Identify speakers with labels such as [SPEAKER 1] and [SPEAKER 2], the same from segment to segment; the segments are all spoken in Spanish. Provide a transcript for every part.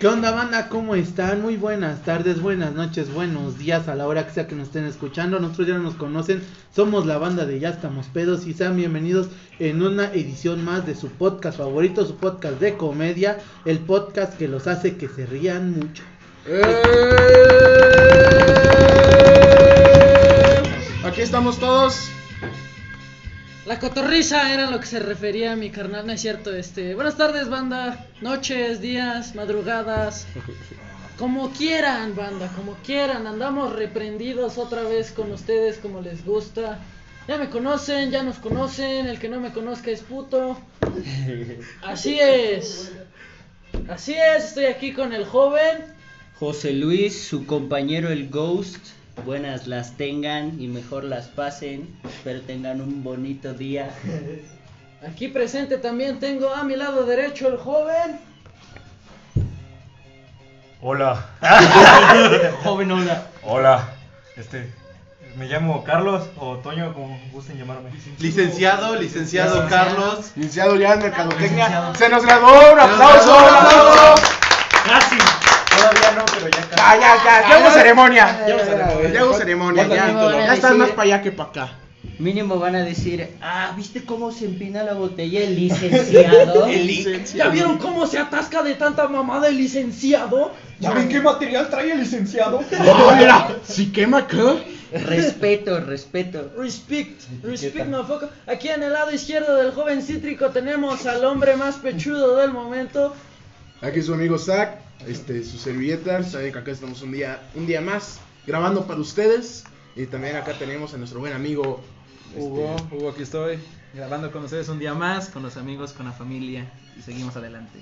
[SPEAKER 1] ¿Qué onda banda? ¿Cómo están? Muy buenas tardes, buenas noches, buenos días a la hora que sea que nos estén escuchando. Nosotros ya nos conocen, somos la banda de Ya estamos pedos y sean bienvenidos en una edición más de su podcast favorito, su podcast de comedia, el podcast que los hace que se rían mucho.
[SPEAKER 2] Eh. Aquí estamos todos.
[SPEAKER 3] La cotorriza era lo que se refería a mi carnal, no es cierto. Este, buenas tardes, banda. Noches, días, madrugadas. Como quieran, banda, como quieran. Andamos reprendidos otra vez con ustedes como les gusta. Ya me conocen, ya nos conocen. El que no me conozca es puto. Así es. Así es, estoy aquí con el joven.
[SPEAKER 4] José Luis, su compañero el Ghost, buenas las tengan y mejor las pasen. Espero tengan un bonito día.
[SPEAKER 3] Aquí presente también tengo a mi lado derecho el joven.
[SPEAKER 5] Hola,
[SPEAKER 4] Joven, hola.
[SPEAKER 5] hola. Este, me llamo Carlos o Toño, como gusten llamarme.
[SPEAKER 1] Licenciado, licenciado Carlos.
[SPEAKER 2] Licenciado ya en mercadotecnia.
[SPEAKER 5] Licenciado.
[SPEAKER 2] Se nos graduó. Un aplauso, un aplauso.
[SPEAKER 5] Casi. Todavía no, pero ya
[SPEAKER 2] Ya,
[SPEAKER 5] casi.
[SPEAKER 2] ya, ya. Ya hubo ceremonia.
[SPEAKER 5] Ya hubo ceremonia.
[SPEAKER 2] Ya hubo ceremonia.
[SPEAKER 4] Ya
[SPEAKER 2] Ya,
[SPEAKER 4] terminó,
[SPEAKER 2] ya
[SPEAKER 4] ya
[SPEAKER 2] estás
[SPEAKER 4] sigue.
[SPEAKER 2] más para allá que para acá.
[SPEAKER 4] Mínimo van a decir, ah, ¿viste cómo se empina la botella el licenciado?
[SPEAKER 3] ¿Ya vieron cómo se atasca de tanta mamada el licenciado?
[SPEAKER 6] ¿Ya ven qué material trae el licenciado?
[SPEAKER 2] No, mira, si quema acá.
[SPEAKER 4] respeto, respeto.
[SPEAKER 3] Respect, respect, motherfucker. Aquí en el lado izquierdo del joven cítrico tenemos al hombre más pechudo del momento.
[SPEAKER 2] Aquí su amigo Zach, este, su servilleta. Saben que acá estamos un día, un día más grabando para ustedes. Y también acá tenemos a nuestro buen amigo este,
[SPEAKER 7] Hugo, Hugo, aquí estoy grabando con ustedes un día más, con los amigos, con la familia y seguimos adelante.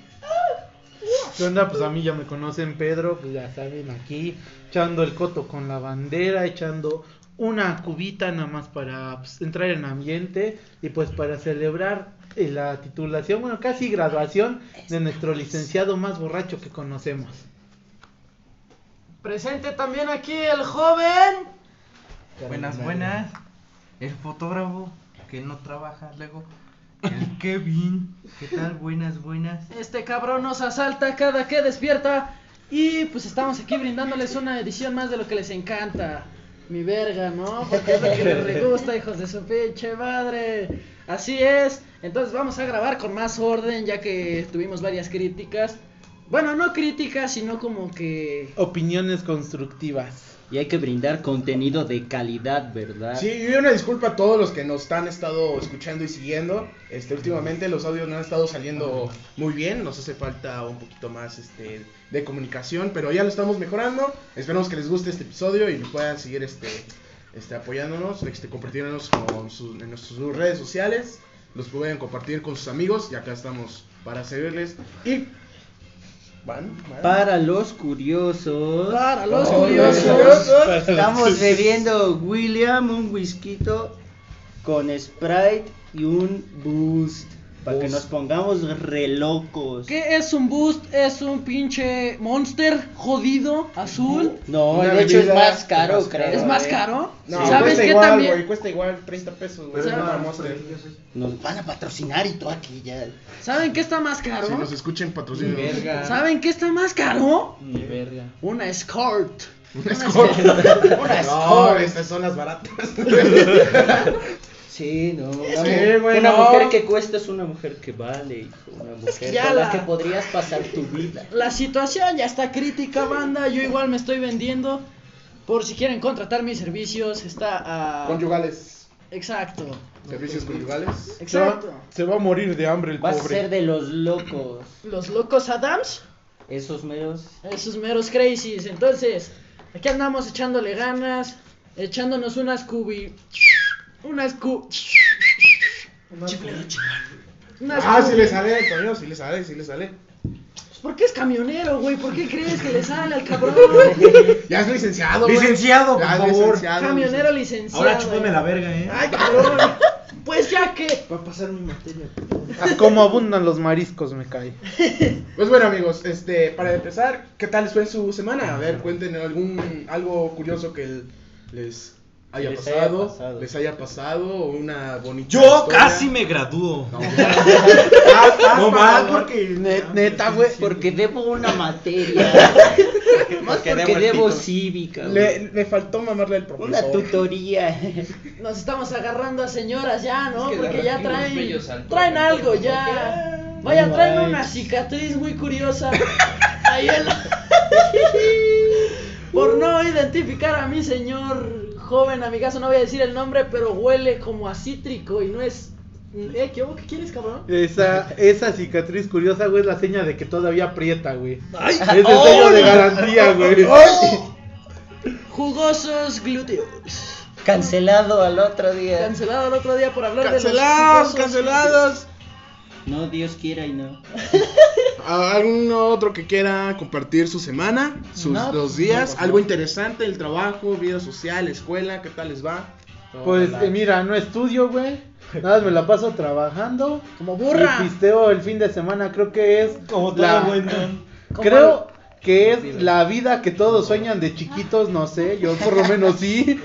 [SPEAKER 1] ¿Qué onda? Pues a mí ya me conocen, Pedro, pues ya saben, aquí echando el coto con la bandera, echando una cubita nada más para pues, entrar en ambiente y pues para celebrar eh, la titulación, bueno, casi graduación de nuestro licenciado más borracho que conocemos.
[SPEAKER 3] Presente también aquí el joven.
[SPEAKER 7] Buenas, buenas. El fotógrafo que no trabaja luego. El Kevin. ¿Qué tal? Buenas, buenas.
[SPEAKER 3] Este cabrón nos asalta cada que despierta. Y pues estamos aquí brindándoles una edición más de lo que les encanta. Mi verga, ¿no? Porque es lo que les re gusta, hijos de su pinche madre. Así es. Entonces vamos a grabar con más orden, ya que tuvimos varias críticas. Bueno, no críticas, sino como que.
[SPEAKER 1] Opiniones constructivas.
[SPEAKER 4] Y hay que brindar contenido de calidad, ¿verdad?
[SPEAKER 2] Sí, y una disculpa a todos los que nos han estado escuchando y siguiendo. Este, últimamente los audios no han estado saliendo muy bien. Nos hace falta un poquito más este, de comunicación, pero ya lo estamos mejorando. Esperamos que les guste este episodio y puedan seguir este, este, apoyándonos, este, compartiéndonos con sus- en nuestras sus redes sociales. Los pueden compartir con sus amigos y acá estamos para servirles. Y van, van.
[SPEAKER 4] Para los curiosos,
[SPEAKER 3] Para los
[SPEAKER 2] Oh,
[SPEAKER 3] curiosos.
[SPEAKER 4] estamos bebiendo William un whisky con Sprite y un Boost. Para que
[SPEAKER 2] Boost.
[SPEAKER 4] nos pongamos relocos.
[SPEAKER 3] ¿Qué es un boost? Es un pinche monster jodido, azul.
[SPEAKER 4] No,
[SPEAKER 2] Una
[SPEAKER 4] de hecho es
[SPEAKER 2] bebida
[SPEAKER 4] más caro,
[SPEAKER 2] más
[SPEAKER 4] creo.
[SPEAKER 2] cara.
[SPEAKER 3] ¿Es más
[SPEAKER 4] eh.
[SPEAKER 3] caro?
[SPEAKER 2] No,
[SPEAKER 3] ¿Sabes
[SPEAKER 2] cuesta
[SPEAKER 3] qué
[SPEAKER 2] igual,
[SPEAKER 3] también?
[SPEAKER 2] güey, cuesta igual 30 pesos, güey.
[SPEAKER 3] Pero
[SPEAKER 2] es
[SPEAKER 3] no,
[SPEAKER 2] nada,
[SPEAKER 3] no,
[SPEAKER 2] Monster.
[SPEAKER 4] Nos van a patrocinar y tú aquí ya.
[SPEAKER 3] ¿Saben qué está más caro?
[SPEAKER 2] Si nos escuchen patrocinio.
[SPEAKER 3] ¿Saben qué está más caro?
[SPEAKER 7] Mi verga.
[SPEAKER 3] Una escort.
[SPEAKER 2] Una escort. Una escort. Estas son las baratas.
[SPEAKER 4] Sí, no. Una,
[SPEAKER 2] Sí,
[SPEAKER 4] mu-
[SPEAKER 2] güey,
[SPEAKER 4] una
[SPEAKER 2] no.
[SPEAKER 4] mujer que cuesta es una mujer que vale, hijo. Una mujer
[SPEAKER 3] ya
[SPEAKER 4] con
[SPEAKER 3] la-
[SPEAKER 4] la que podrías pasar tu vida.
[SPEAKER 3] La situación ya está crítica, banda. Yo igual me estoy vendiendo. Por si quieren contratar mis servicios, está a.
[SPEAKER 2] Conyugales.
[SPEAKER 3] Exacto.
[SPEAKER 2] Servicios conyugales.
[SPEAKER 3] Exacto.
[SPEAKER 1] Se va a morir de hambre el
[SPEAKER 4] Vas a ser de los locos.
[SPEAKER 3] Los locos Adams,
[SPEAKER 4] Esos meros.
[SPEAKER 3] esos meros crazies. Entonces, aquí andamos echándole ganas, echándonos unas cubi. Unas cu. Unas
[SPEAKER 2] Ah,
[SPEAKER 3] cubi-
[SPEAKER 2] sí le sale, Toño, sí le sale, sí le sale.
[SPEAKER 3] ¿Por qué es camionero, güey? ¿Por qué crees que le sale al cabrón?
[SPEAKER 2] Ya es licenciado, güey.
[SPEAKER 5] Licenciado, por
[SPEAKER 2] Ya es
[SPEAKER 5] favor.
[SPEAKER 2] licenciado,
[SPEAKER 3] Camionero licenciado.
[SPEAKER 5] Ahora chúpame la verga, eh.
[SPEAKER 3] Ay, cabrón. Pues ya que.
[SPEAKER 1] Va a pasar mi materia. Como abundan los mariscos, me cae.
[SPEAKER 2] Pues bueno, amigos, este, para empezar, ¿qué tal fue su semana? A ver, cuenten algún algo curioso que les haya
[SPEAKER 4] Les haya
[SPEAKER 2] pasado,
[SPEAKER 4] pasado.
[SPEAKER 2] les haya pasado una bonita.
[SPEAKER 8] Yo
[SPEAKER 2] historia.
[SPEAKER 8] casi me gradúo.
[SPEAKER 2] No, más,
[SPEAKER 8] No, más,
[SPEAKER 2] porque
[SPEAKER 1] Ne- neta, güey.
[SPEAKER 4] Porque debo una materia. Más porque, debo cívica.
[SPEAKER 2] le,
[SPEAKER 4] güey.
[SPEAKER 2] le faltó mamarle al profesor.
[SPEAKER 4] Una tutoría.
[SPEAKER 3] Nos estamos agarrando a señoras ya, ¿no?
[SPEAKER 9] Es que
[SPEAKER 3] Porque
[SPEAKER 9] de
[SPEAKER 3] ya
[SPEAKER 9] aquí los
[SPEAKER 3] traen,
[SPEAKER 9] bellos al
[SPEAKER 3] traen
[SPEAKER 9] torrente,
[SPEAKER 3] algo
[SPEAKER 9] ¿no?
[SPEAKER 3] ya. Vaya,
[SPEAKER 4] No
[SPEAKER 3] traen
[SPEAKER 4] manches.
[SPEAKER 3] una cicatriz muy curiosa. Ahí en la- Por no identificar a mi señor joven amigazo, no voy a decir el nombre, pero huele como a cítrico y no es... ¿Eh? ¿Qué, hubo? ¿Qué quieres, cabrón?
[SPEAKER 1] Esa, esa cicatriz curiosa, güey, es la seña de que todavía aprieta, güey.
[SPEAKER 3] Ay,
[SPEAKER 1] Es el sello de garantía, güey.
[SPEAKER 3] jugosos glúteos.
[SPEAKER 4] Cancelado al otro día.
[SPEAKER 3] Cancelado el otro día por hablar
[SPEAKER 2] Cancelados,
[SPEAKER 3] de los jugosos glúteos.
[SPEAKER 2] cancelados.
[SPEAKER 4] No, Dios quiera y no.
[SPEAKER 2] ¿Algún otro que quiera compartir su semana, sus
[SPEAKER 4] No,
[SPEAKER 2] los
[SPEAKER 4] pues,
[SPEAKER 2] días?
[SPEAKER 4] no,
[SPEAKER 2] algo
[SPEAKER 4] no.
[SPEAKER 2] interesante, el trabajo, vida social, escuela, ¿qué tal les va?
[SPEAKER 1] Pues eh, mira, no estudio, güey. Nada, más me la paso trabajando.
[SPEAKER 3] Como burra.
[SPEAKER 1] Y pisteo el fin de semana, creo que es.
[SPEAKER 8] Como todo
[SPEAKER 1] la-
[SPEAKER 8] buen don.
[SPEAKER 3] Como
[SPEAKER 1] Creo que es la vida que todos sueñan de chiquitos, no sé, yo por lo menos sí.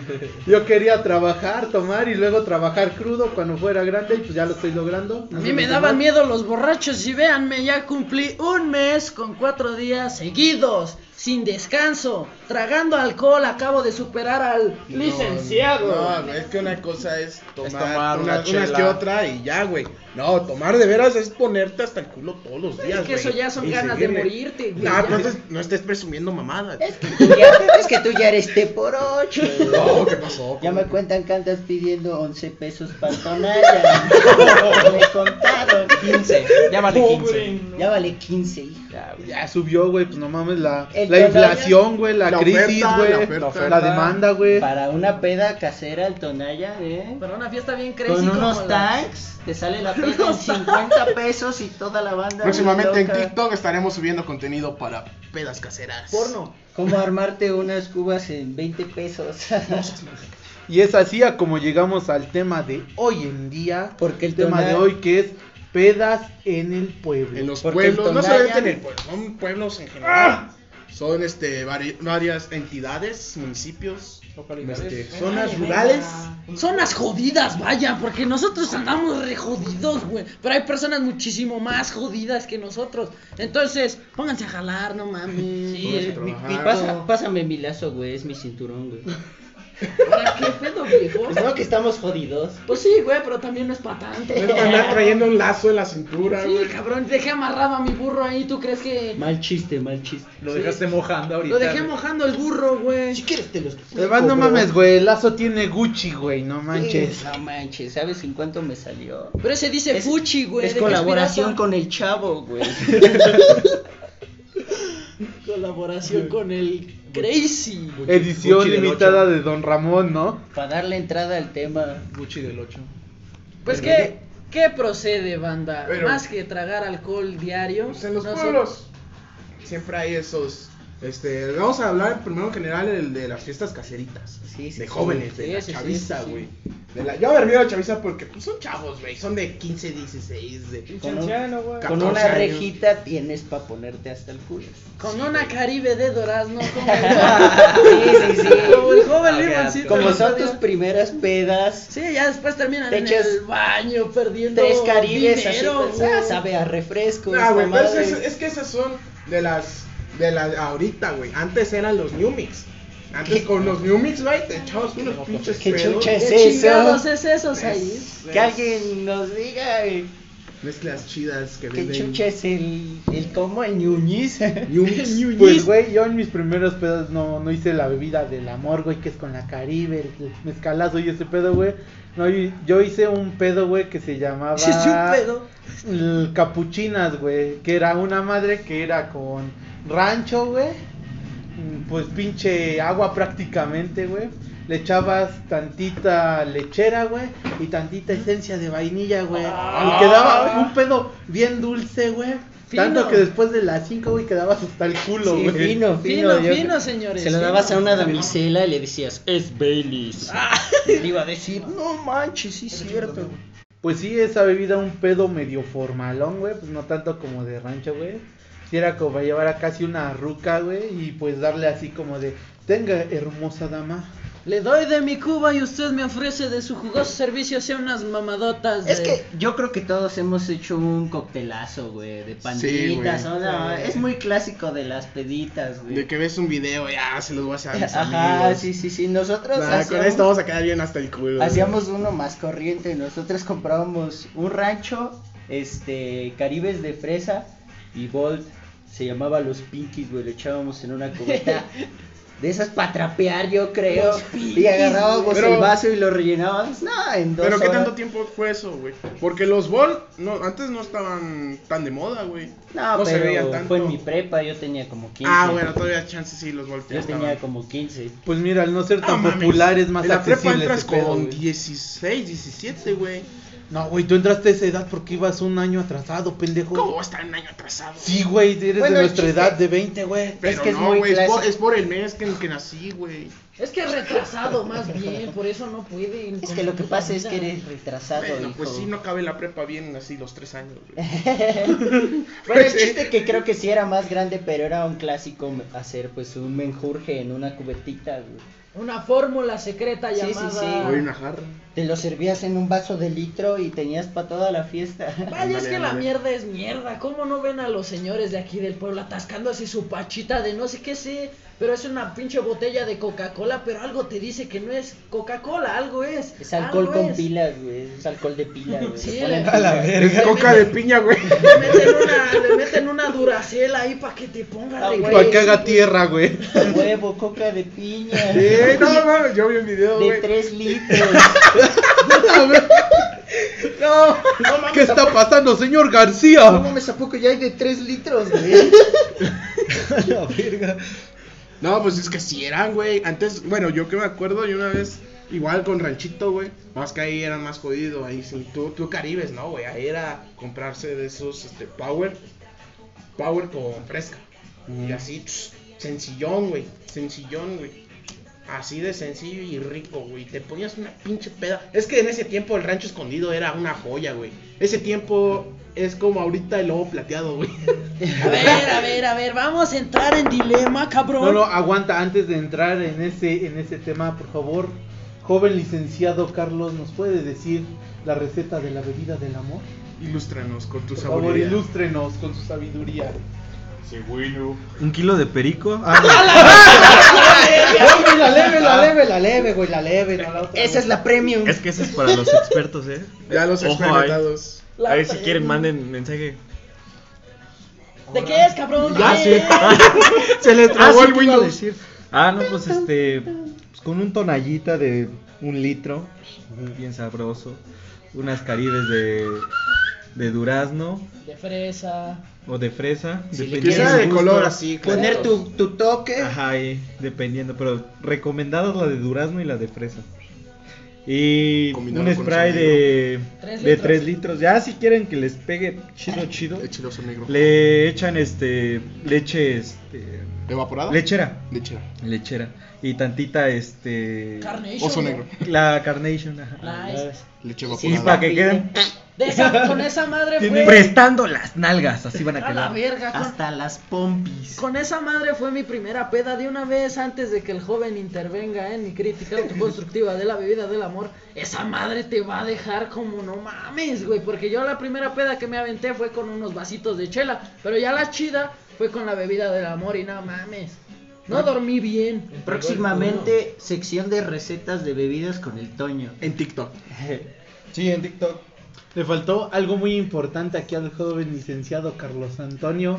[SPEAKER 1] Yo quería trabajar, tomar y luego trabajar crudo cuando fuera grande y pues ya lo estoy logrando.
[SPEAKER 3] A mí me daban miedo los borrachos y véanme, ya cumplí un mes con cuatro días seguidos, sin descanso, tragando alcohol, acabo de superar al licenciado.
[SPEAKER 2] No, no, es que una cosa es tomar,
[SPEAKER 8] tomar
[SPEAKER 2] una-
[SPEAKER 8] una
[SPEAKER 2] unas
[SPEAKER 8] chela.
[SPEAKER 2] que otra y ya, güey. No, tomar de veras es ponerte hasta el culo todos los días,
[SPEAKER 3] es que
[SPEAKER 2] güey.
[SPEAKER 3] eso ya son
[SPEAKER 2] Y Ah,
[SPEAKER 3] ganas
[SPEAKER 2] seguirle.
[SPEAKER 3] de morirte, güey.
[SPEAKER 2] No,
[SPEAKER 3] ya.
[SPEAKER 2] no estés, no estés presumiendo mamadas.
[SPEAKER 4] Es que tú ya, es que tú ya eres T por 8.
[SPEAKER 2] No, ¿qué pasó?
[SPEAKER 4] Ya me cuentan que andas pidiendo 11 pesos para tonalla. me contaron.
[SPEAKER 8] 15. Llámale 15.
[SPEAKER 4] Ya vale 15, hijo.
[SPEAKER 1] Ya subió, güey, pues no mames, la,
[SPEAKER 4] El
[SPEAKER 1] la
[SPEAKER 4] dólar-
[SPEAKER 1] inflación, güey, la,
[SPEAKER 2] La
[SPEAKER 1] crisis,
[SPEAKER 2] oferta,
[SPEAKER 1] güey,
[SPEAKER 2] la
[SPEAKER 1] la,
[SPEAKER 2] oferta.
[SPEAKER 1] demanda, güey.
[SPEAKER 4] Para una peda casera al tonalla, ¿eh?
[SPEAKER 3] Para una fiesta bien crazy.
[SPEAKER 4] Con
[SPEAKER 3] como
[SPEAKER 4] unos
[SPEAKER 3] la-
[SPEAKER 4] tags te sale la peda en 50 pesos y toda la banda.
[SPEAKER 2] Próximamente en
[SPEAKER 4] loca.
[SPEAKER 2] TikTok estaremos subiendo contenido para pedas caseras.
[SPEAKER 3] Porno.
[SPEAKER 4] ¿Cómo armarte unas cubas en 20 pesos?
[SPEAKER 1] Y es así a como llegamos al tema de hoy en día.
[SPEAKER 4] Porque el
[SPEAKER 1] tema de
[SPEAKER 4] tonal-
[SPEAKER 1] hoy que es pedas en el pueblo.
[SPEAKER 2] En los
[SPEAKER 4] Porque
[SPEAKER 2] pueblos,
[SPEAKER 4] el
[SPEAKER 2] no ¡Ah!
[SPEAKER 4] Tonaya-
[SPEAKER 2] solamente en el pueblo, pues, son pueblos en general. Son este vari- varias entidades, municipios, este, zonas rurales.
[SPEAKER 3] Zonas jodidas, vaya, porque nosotros andamos re jodidos, güey. Pero hay personas muchísimo más jodidas que nosotros. Entonces, pónganse a jalar, no mames.
[SPEAKER 4] Sí,
[SPEAKER 2] Pónganse a
[SPEAKER 4] eh, mi- mi-
[SPEAKER 2] trabajar.
[SPEAKER 4] pasa- pásame mi lazo, güey, es mi cinturón, güey.
[SPEAKER 3] Ahora, ¿Qué pedo, viejo?
[SPEAKER 4] Pues no, que estamos jodidos.
[SPEAKER 3] Pues sí, güey, pero también no es para tanto.
[SPEAKER 2] Deben andar trayendo un lazo en la cintura,
[SPEAKER 3] Sí,
[SPEAKER 2] güey.
[SPEAKER 3] cabrón, dejé amarrado a mi burro ahí, ¿tú crees que...?
[SPEAKER 4] Mal chiste, mal chiste.
[SPEAKER 8] Lo dejaste mojando ahorita.
[SPEAKER 3] Lo dejé mojando el burro, güey.
[SPEAKER 4] quieres te los
[SPEAKER 1] Además, no mames, güey, el lazo tiene Gucci, güey, no manches.
[SPEAKER 4] No manches, ¿sabes en cuánto me salió?
[SPEAKER 3] Pero ese dice
[SPEAKER 4] Es-
[SPEAKER 3] Fuchi, güey.
[SPEAKER 4] es
[SPEAKER 3] ¿de qué es
[SPEAKER 4] colaboración
[SPEAKER 3] pirata?
[SPEAKER 4] con el chavo, güey.
[SPEAKER 3] Colaboración con el Crazy.
[SPEAKER 1] Edición
[SPEAKER 8] Gucci del
[SPEAKER 1] limitada
[SPEAKER 8] ocho.
[SPEAKER 1] de Don Ramón, ¿no?
[SPEAKER 4] Para darle entrada al tema.
[SPEAKER 8] Gucci del 8.
[SPEAKER 3] Pues qué, ¿qué procede, banda?
[SPEAKER 2] Pero-
[SPEAKER 3] Más que tragar alcohol diario.
[SPEAKER 2] Pues en los
[SPEAKER 3] no sé.
[SPEAKER 2] pueblos siempre hay esos. Este, vamos a hablar primero en general el de las fiestas caseritas.
[SPEAKER 4] Sí, sí,
[SPEAKER 2] de
[SPEAKER 4] sí.
[SPEAKER 2] jóvenes, de
[SPEAKER 3] Sí,
[SPEAKER 2] la
[SPEAKER 3] sí, sí,
[SPEAKER 2] chaviza,
[SPEAKER 3] sí, sí.
[SPEAKER 2] güey. De la- Yo me refiero a chaviza porque pues, son chavos, güey. Son de 15, 16, de
[SPEAKER 4] Con, un- con
[SPEAKER 2] 14
[SPEAKER 4] una
[SPEAKER 2] años.
[SPEAKER 4] rejita tienes para ponerte hasta el culo.
[SPEAKER 3] Con una caribe de durazno, como el,
[SPEAKER 4] sí, sí.
[SPEAKER 3] Como el joven
[SPEAKER 8] Ah, qué
[SPEAKER 3] limoncito.
[SPEAKER 4] Como
[SPEAKER 3] el
[SPEAKER 4] son
[SPEAKER 3] otro
[SPEAKER 4] tus
[SPEAKER 3] día.
[SPEAKER 4] primeras pedas,
[SPEAKER 3] Sí, ya después terminan
[SPEAKER 4] Te
[SPEAKER 3] en
[SPEAKER 4] echas
[SPEAKER 3] el baño perdiendo
[SPEAKER 4] tres caribes, así,
[SPEAKER 3] dinero,
[SPEAKER 4] pues,
[SPEAKER 3] güey.
[SPEAKER 4] ah, sabe a refresco.
[SPEAKER 2] Nah,
[SPEAKER 4] esta
[SPEAKER 2] Ah, güey, pero es,
[SPEAKER 4] madre.
[SPEAKER 2] es- es que esas son de las de las ahorita, güey. Antes eran los New Mix. Antes con los New Mix, güey, te echabas unos pinches
[SPEAKER 4] ¿Qué
[SPEAKER 2] pedos.
[SPEAKER 4] chucha es
[SPEAKER 3] ¿Qué chingados
[SPEAKER 4] eso?
[SPEAKER 3] es eso, Said?
[SPEAKER 4] Que alguien nos diga eh,
[SPEAKER 2] Mezclas chidas que
[SPEAKER 4] qué
[SPEAKER 2] venden.
[SPEAKER 4] chucha es el, el cómo, el ñuñiz.
[SPEAKER 2] New Mix.
[SPEAKER 1] Pues, güey, yo en mis primeros pedos no, no hice la bebida del amor, güey, que es con la Caribe, el el mezcalazo y ese pedo, güey. No, yo, yo hice un pedo, güey, que se llamaba.
[SPEAKER 3] Sí, sí, un pedo.
[SPEAKER 1] el Capuchinas, güey, que era una madre que era con rancho, güey. mm, Pues pinche agua prácticamente, güey. Le echabas tantita lechera, güey, y tantita esencia de vainilla, güey.
[SPEAKER 3] Ah.
[SPEAKER 1] Y quedaba un pedo bien dulce, güey.
[SPEAKER 3] Fino.
[SPEAKER 1] Tanto que después de las 5, güey, quedabas hasta el culo,
[SPEAKER 4] Sí,
[SPEAKER 1] güey.
[SPEAKER 3] Fino,
[SPEAKER 4] fino, fino, yo-
[SPEAKER 3] fino, señores.
[SPEAKER 4] Se lo
[SPEAKER 3] fino.
[SPEAKER 4] dabas a una damisela y le decías, es Baileys. Y le iba a decir, no manches, sí es cierto.
[SPEAKER 1] Pues sí, esa bebida un pedo medio formalón, güey, pues no tanto como de rancho, güey. Si era como para llevar a casi una ruca, güey, y pues darle así como de, tenga hermosa dama,
[SPEAKER 3] Le doy de mi cuba y usted me ofrece de su jugoso servicio hacia unas mamadotas.
[SPEAKER 4] Es
[SPEAKER 3] de-
[SPEAKER 4] que yo creo que todos hemos hecho un coctelazo, güey, de panditas.
[SPEAKER 2] Sí,
[SPEAKER 4] ¿no?
[SPEAKER 2] güey.
[SPEAKER 4] No,
[SPEAKER 2] Sí.
[SPEAKER 4] Es muy clásico de las peditas, güey.
[SPEAKER 2] De que ves un video, ya se los voy a hacer a mis
[SPEAKER 4] Ajá,
[SPEAKER 2] amigos.
[SPEAKER 4] sí, sí, sí. Nosotros
[SPEAKER 2] Nah, con
[SPEAKER 4] hacíamos,
[SPEAKER 2] esto vamos a quedar bien hasta el culo. güey.
[SPEAKER 4] hacíamos uno más corriente. Nosotros comprábamos un rancho, este, caribes de fresa y Bolt. Se llamaba los Pinkies, güey. Lo echábamos en una cubeta. De esas para trapear, yo creo. y agarrábamos
[SPEAKER 2] Pero-
[SPEAKER 4] el vaso y lo rellenábamos. No, en dos
[SPEAKER 2] Pero qué
[SPEAKER 4] horas.
[SPEAKER 2] tanto tiempo fue eso, güey. Porque los Ball no, antes no estaban tan de moda, güey.
[SPEAKER 4] No,
[SPEAKER 2] se
[SPEAKER 4] pero
[SPEAKER 2] veían tanto.
[SPEAKER 4] fue en mi prepa, yo tenía como 15.
[SPEAKER 2] Ah, bueno, todavía chance sí los Ball.
[SPEAKER 4] Yo tenía como 15.
[SPEAKER 1] Pues mira, al no ser
[SPEAKER 2] No
[SPEAKER 1] tan
[SPEAKER 2] mames.
[SPEAKER 1] popular es más
[SPEAKER 2] En la prepa
[SPEAKER 1] accesible
[SPEAKER 2] entras
[SPEAKER 1] ese pedo,
[SPEAKER 2] con
[SPEAKER 1] güey.
[SPEAKER 2] 16, 17, güey.
[SPEAKER 1] No, güey, tú entraste a esa edad porque ibas un año atrasado, pendejo.
[SPEAKER 2] ¿Cómo va a estar un año atrasado?
[SPEAKER 1] Sí, güey, eres
[SPEAKER 4] Bueno,
[SPEAKER 1] de
[SPEAKER 4] el
[SPEAKER 1] nuestra
[SPEAKER 4] chiste-
[SPEAKER 1] edad de 20, güey.
[SPEAKER 2] pero
[SPEAKER 4] es que es
[SPEAKER 2] no,
[SPEAKER 4] muy
[SPEAKER 2] güey. Es, por-
[SPEAKER 4] clásico.
[SPEAKER 2] es por el mes que, en que nací, güey.
[SPEAKER 3] Es que es retrasado más bien, por eso no pueden.
[SPEAKER 4] Es
[SPEAKER 3] con
[SPEAKER 4] que
[SPEAKER 3] su
[SPEAKER 4] lo que
[SPEAKER 3] puta
[SPEAKER 4] pasa es
[SPEAKER 3] vida.
[SPEAKER 4] que eres retrasado,
[SPEAKER 2] Bueno,
[SPEAKER 4] hijo.
[SPEAKER 2] pues sí, no acabé la prepa bien así los tres años, güey.
[SPEAKER 4] Bueno, el
[SPEAKER 2] Sí.
[SPEAKER 4] chiste que creo que sí era más grande, pero era un clásico m- hacer pues un menjurje en una cubetita, güey.
[SPEAKER 3] Una fórmula secreta
[SPEAKER 4] Sí, sí,
[SPEAKER 3] llamada.
[SPEAKER 4] sí.
[SPEAKER 2] Güey, una jarra.
[SPEAKER 4] Te lo servías en un vaso de litro y tenías para toda la fiesta.
[SPEAKER 3] Vaya, es
[SPEAKER 2] Ándale,
[SPEAKER 3] que la
[SPEAKER 2] ándale.
[SPEAKER 3] mierda es mierda. ¿Cómo no ven a los señores de aquí del pueblo atascándose su pachita de no sé qué sé? Pero es una pinche botella de Coca-Cola, pero algo te dice que no es Coca-Cola, algo es.
[SPEAKER 4] Es alcohol
[SPEAKER 3] algo
[SPEAKER 4] con
[SPEAKER 3] es.
[SPEAKER 4] pilas, güey. Es alcohol de pila, güey.
[SPEAKER 3] Ah, pues. Sí,
[SPEAKER 4] Le ponen
[SPEAKER 3] la-
[SPEAKER 4] pila.
[SPEAKER 2] Es coca de piña, güey.
[SPEAKER 3] Le meten una, le meten una duracela ahí para que te ponga
[SPEAKER 4] Ah,
[SPEAKER 3] regreso.
[SPEAKER 4] güey.
[SPEAKER 1] Para que haga tierra, güey.
[SPEAKER 4] Huevo, coca de piña.
[SPEAKER 2] Eh, no, mames, yo vi un video,
[SPEAKER 4] de
[SPEAKER 2] güey.
[SPEAKER 4] 3 litros.
[SPEAKER 2] No, no mames.
[SPEAKER 1] ¿Qué está pasando, señor
[SPEAKER 4] No
[SPEAKER 1] García?
[SPEAKER 4] mames, ¿a poco ya hay de 3 litros, güey?
[SPEAKER 1] La verga.
[SPEAKER 2] No, pues es que si eran, güey. Antes, bueno, yo que me acuerdo, yo una vez, igual con ranchito, güey. Más que ahí eran más jodido, ahí sí. Tú, tú caribes, ¿no, güey? Ahí era comprarse de esos, este, power. Power con fresca. Y así, tss, sencillón, güey. Sencillón, güey. Así de sencillo y rico, güey. Te ponías una pinche peda. Es que en ese tiempo el rancho escondido era una joya, güey. Ese tiempo es como ahorita el lobo plateado, güey.
[SPEAKER 3] A ver, a ver, a ver, vamos a entrar en dilema, cabrón.
[SPEAKER 1] No, no, aguanta, antes de entrar en ese, en ese tema, por favor, joven licenciado Carlos, ¿nos puede decir la receta de la bebida del amor?
[SPEAKER 2] Ilústranos con tu
[SPEAKER 1] Por
[SPEAKER 2] sabor.
[SPEAKER 1] favor, ilústrenos con su sabiduría.
[SPEAKER 5] Un kilo de perico. Ah,
[SPEAKER 1] la leve, la leve, la leve, güey, la leve, no la otra.
[SPEAKER 4] Esa es la premium.
[SPEAKER 5] no. es que eso es para los expertos, ¿eh?
[SPEAKER 2] Ya los
[SPEAKER 5] Ojo ahí.
[SPEAKER 2] experimentados.
[SPEAKER 3] La
[SPEAKER 5] a ver si
[SPEAKER 3] pre-
[SPEAKER 5] quieren, manden mensaje.
[SPEAKER 3] ¿De qué es, cabrón?
[SPEAKER 5] Ya
[SPEAKER 3] ¿De
[SPEAKER 5] sí.
[SPEAKER 3] qué es?
[SPEAKER 5] Se le
[SPEAKER 2] trabó el
[SPEAKER 5] ¿qué Ah, iba a
[SPEAKER 2] Windows.
[SPEAKER 5] decir? Ah, no, pues este. pues, con un tonallita de un litro. Bien sabroso. Unas caribes de. De durazno
[SPEAKER 3] De fresa.
[SPEAKER 5] o de fresa.
[SPEAKER 4] Si le
[SPEAKER 5] dependiendo
[SPEAKER 4] quieres
[SPEAKER 2] Quisiera
[SPEAKER 5] del
[SPEAKER 2] de
[SPEAKER 5] gusto.
[SPEAKER 2] color así, claro.
[SPEAKER 4] Poner tu, tu toque.
[SPEAKER 5] Ajá, y dependiendo, pero recomendadas la de durazno y la de fresa. Y
[SPEAKER 2] Combinado
[SPEAKER 5] un
[SPEAKER 2] con
[SPEAKER 5] spray
[SPEAKER 2] su
[SPEAKER 5] de,
[SPEAKER 3] Tres
[SPEAKER 5] de
[SPEAKER 3] litros.
[SPEAKER 5] 3 litros. Ya si quieren que les pegue chido, chido,
[SPEAKER 2] Echiloso negro.
[SPEAKER 5] le echan este leche, este,
[SPEAKER 2] ¿Evaporada?
[SPEAKER 5] lechera,
[SPEAKER 2] Lechera.
[SPEAKER 5] lechera y tantita este
[SPEAKER 3] Carnation.
[SPEAKER 2] Oso negro.
[SPEAKER 5] la carnation. ajá.
[SPEAKER 3] Nice.
[SPEAKER 2] Leche
[SPEAKER 5] Y
[SPEAKER 2] evaporada.
[SPEAKER 5] para que queden
[SPEAKER 3] De esa, con esa madre
[SPEAKER 5] tienen-
[SPEAKER 3] fue.
[SPEAKER 5] prestando las nalgas, así van a
[SPEAKER 3] A la
[SPEAKER 5] quedar.
[SPEAKER 3] verga, con,
[SPEAKER 4] Hasta las pompis.
[SPEAKER 3] con esa madre fue mi primera peda de una vez antes de que el joven intervenga en mi crítica autoconstructiva de la bebida del amor. Esa madre te va a dejar como no mames, güey. Porque yo la primera peda que me aventé fue con unos vasitos de chela. Pero ya la chida fue con la bebida del amor y no mames.
[SPEAKER 4] Ah.
[SPEAKER 3] No dormí bien.
[SPEAKER 4] Próximamente, sección de recetas de bebidas con el Toño.
[SPEAKER 2] En TikTok.
[SPEAKER 8] Sí, en TikTok.
[SPEAKER 1] Le faltó algo muy importante aquí al joven licenciado Carlos Antonio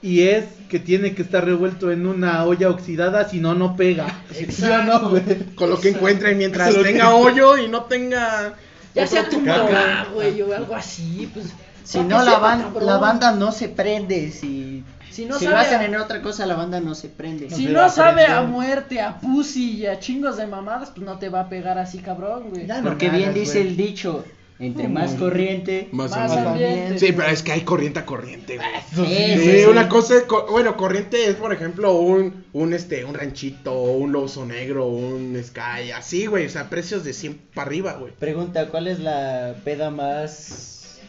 [SPEAKER 1] y es que tiene que estar revuelto en una olla oxidada, si no, no pega. ¿Sí o no, güey?
[SPEAKER 2] Con lo que encuentren mientras
[SPEAKER 1] Con lo que-
[SPEAKER 2] tenga hoyo y no tenga.
[SPEAKER 3] Ya sea tu
[SPEAKER 1] Caca.
[SPEAKER 3] mamá, güey, o algo así, pues.
[SPEAKER 4] Si
[SPEAKER 3] para
[SPEAKER 4] no,
[SPEAKER 3] que
[SPEAKER 4] la,
[SPEAKER 3] sepa,
[SPEAKER 4] ban-
[SPEAKER 3] cabrón.
[SPEAKER 4] la banda no se prende. Si,
[SPEAKER 3] Si no
[SPEAKER 4] si lo
[SPEAKER 3] sabe
[SPEAKER 4] hacen
[SPEAKER 3] a-
[SPEAKER 4] en otra cosa, la banda no se prende.
[SPEAKER 3] Si
[SPEAKER 1] te
[SPEAKER 3] no
[SPEAKER 1] va a
[SPEAKER 3] sabe a
[SPEAKER 1] prender.
[SPEAKER 3] muerte, a pussy y a chingos de mamadas, pues no te va a pegar así, cabrón, güey.
[SPEAKER 1] Ya no
[SPEAKER 4] Porque
[SPEAKER 1] mames,
[SPEAKER 4] bien dice
[SPEAKER 1] güey.
[SPEAKER 4] el dicho, entre más corriente...
[SPEAKER 2] Más
[SPEAKER 3] Más
[SPEAKER 2] o menos.
[SPEAKER 3] ambiente.
[SPEAKER 2] Sí, pero es que hay corriente a corriente, güey.
[SPEAKER 4] Sí,
[SPEAKER 2] Sí,
[SPEAKER 4] sí, sí.
[SPEAKER 2] una cosa. es co- Bueno, corriente es, por ejemplo, un, un, este, un ranchito, un loso negro, un sky, así, güey. O sea, precios de 100 para arriba, güey.
[SPEAKER 4] Pregunta, ¿cuál es la peda más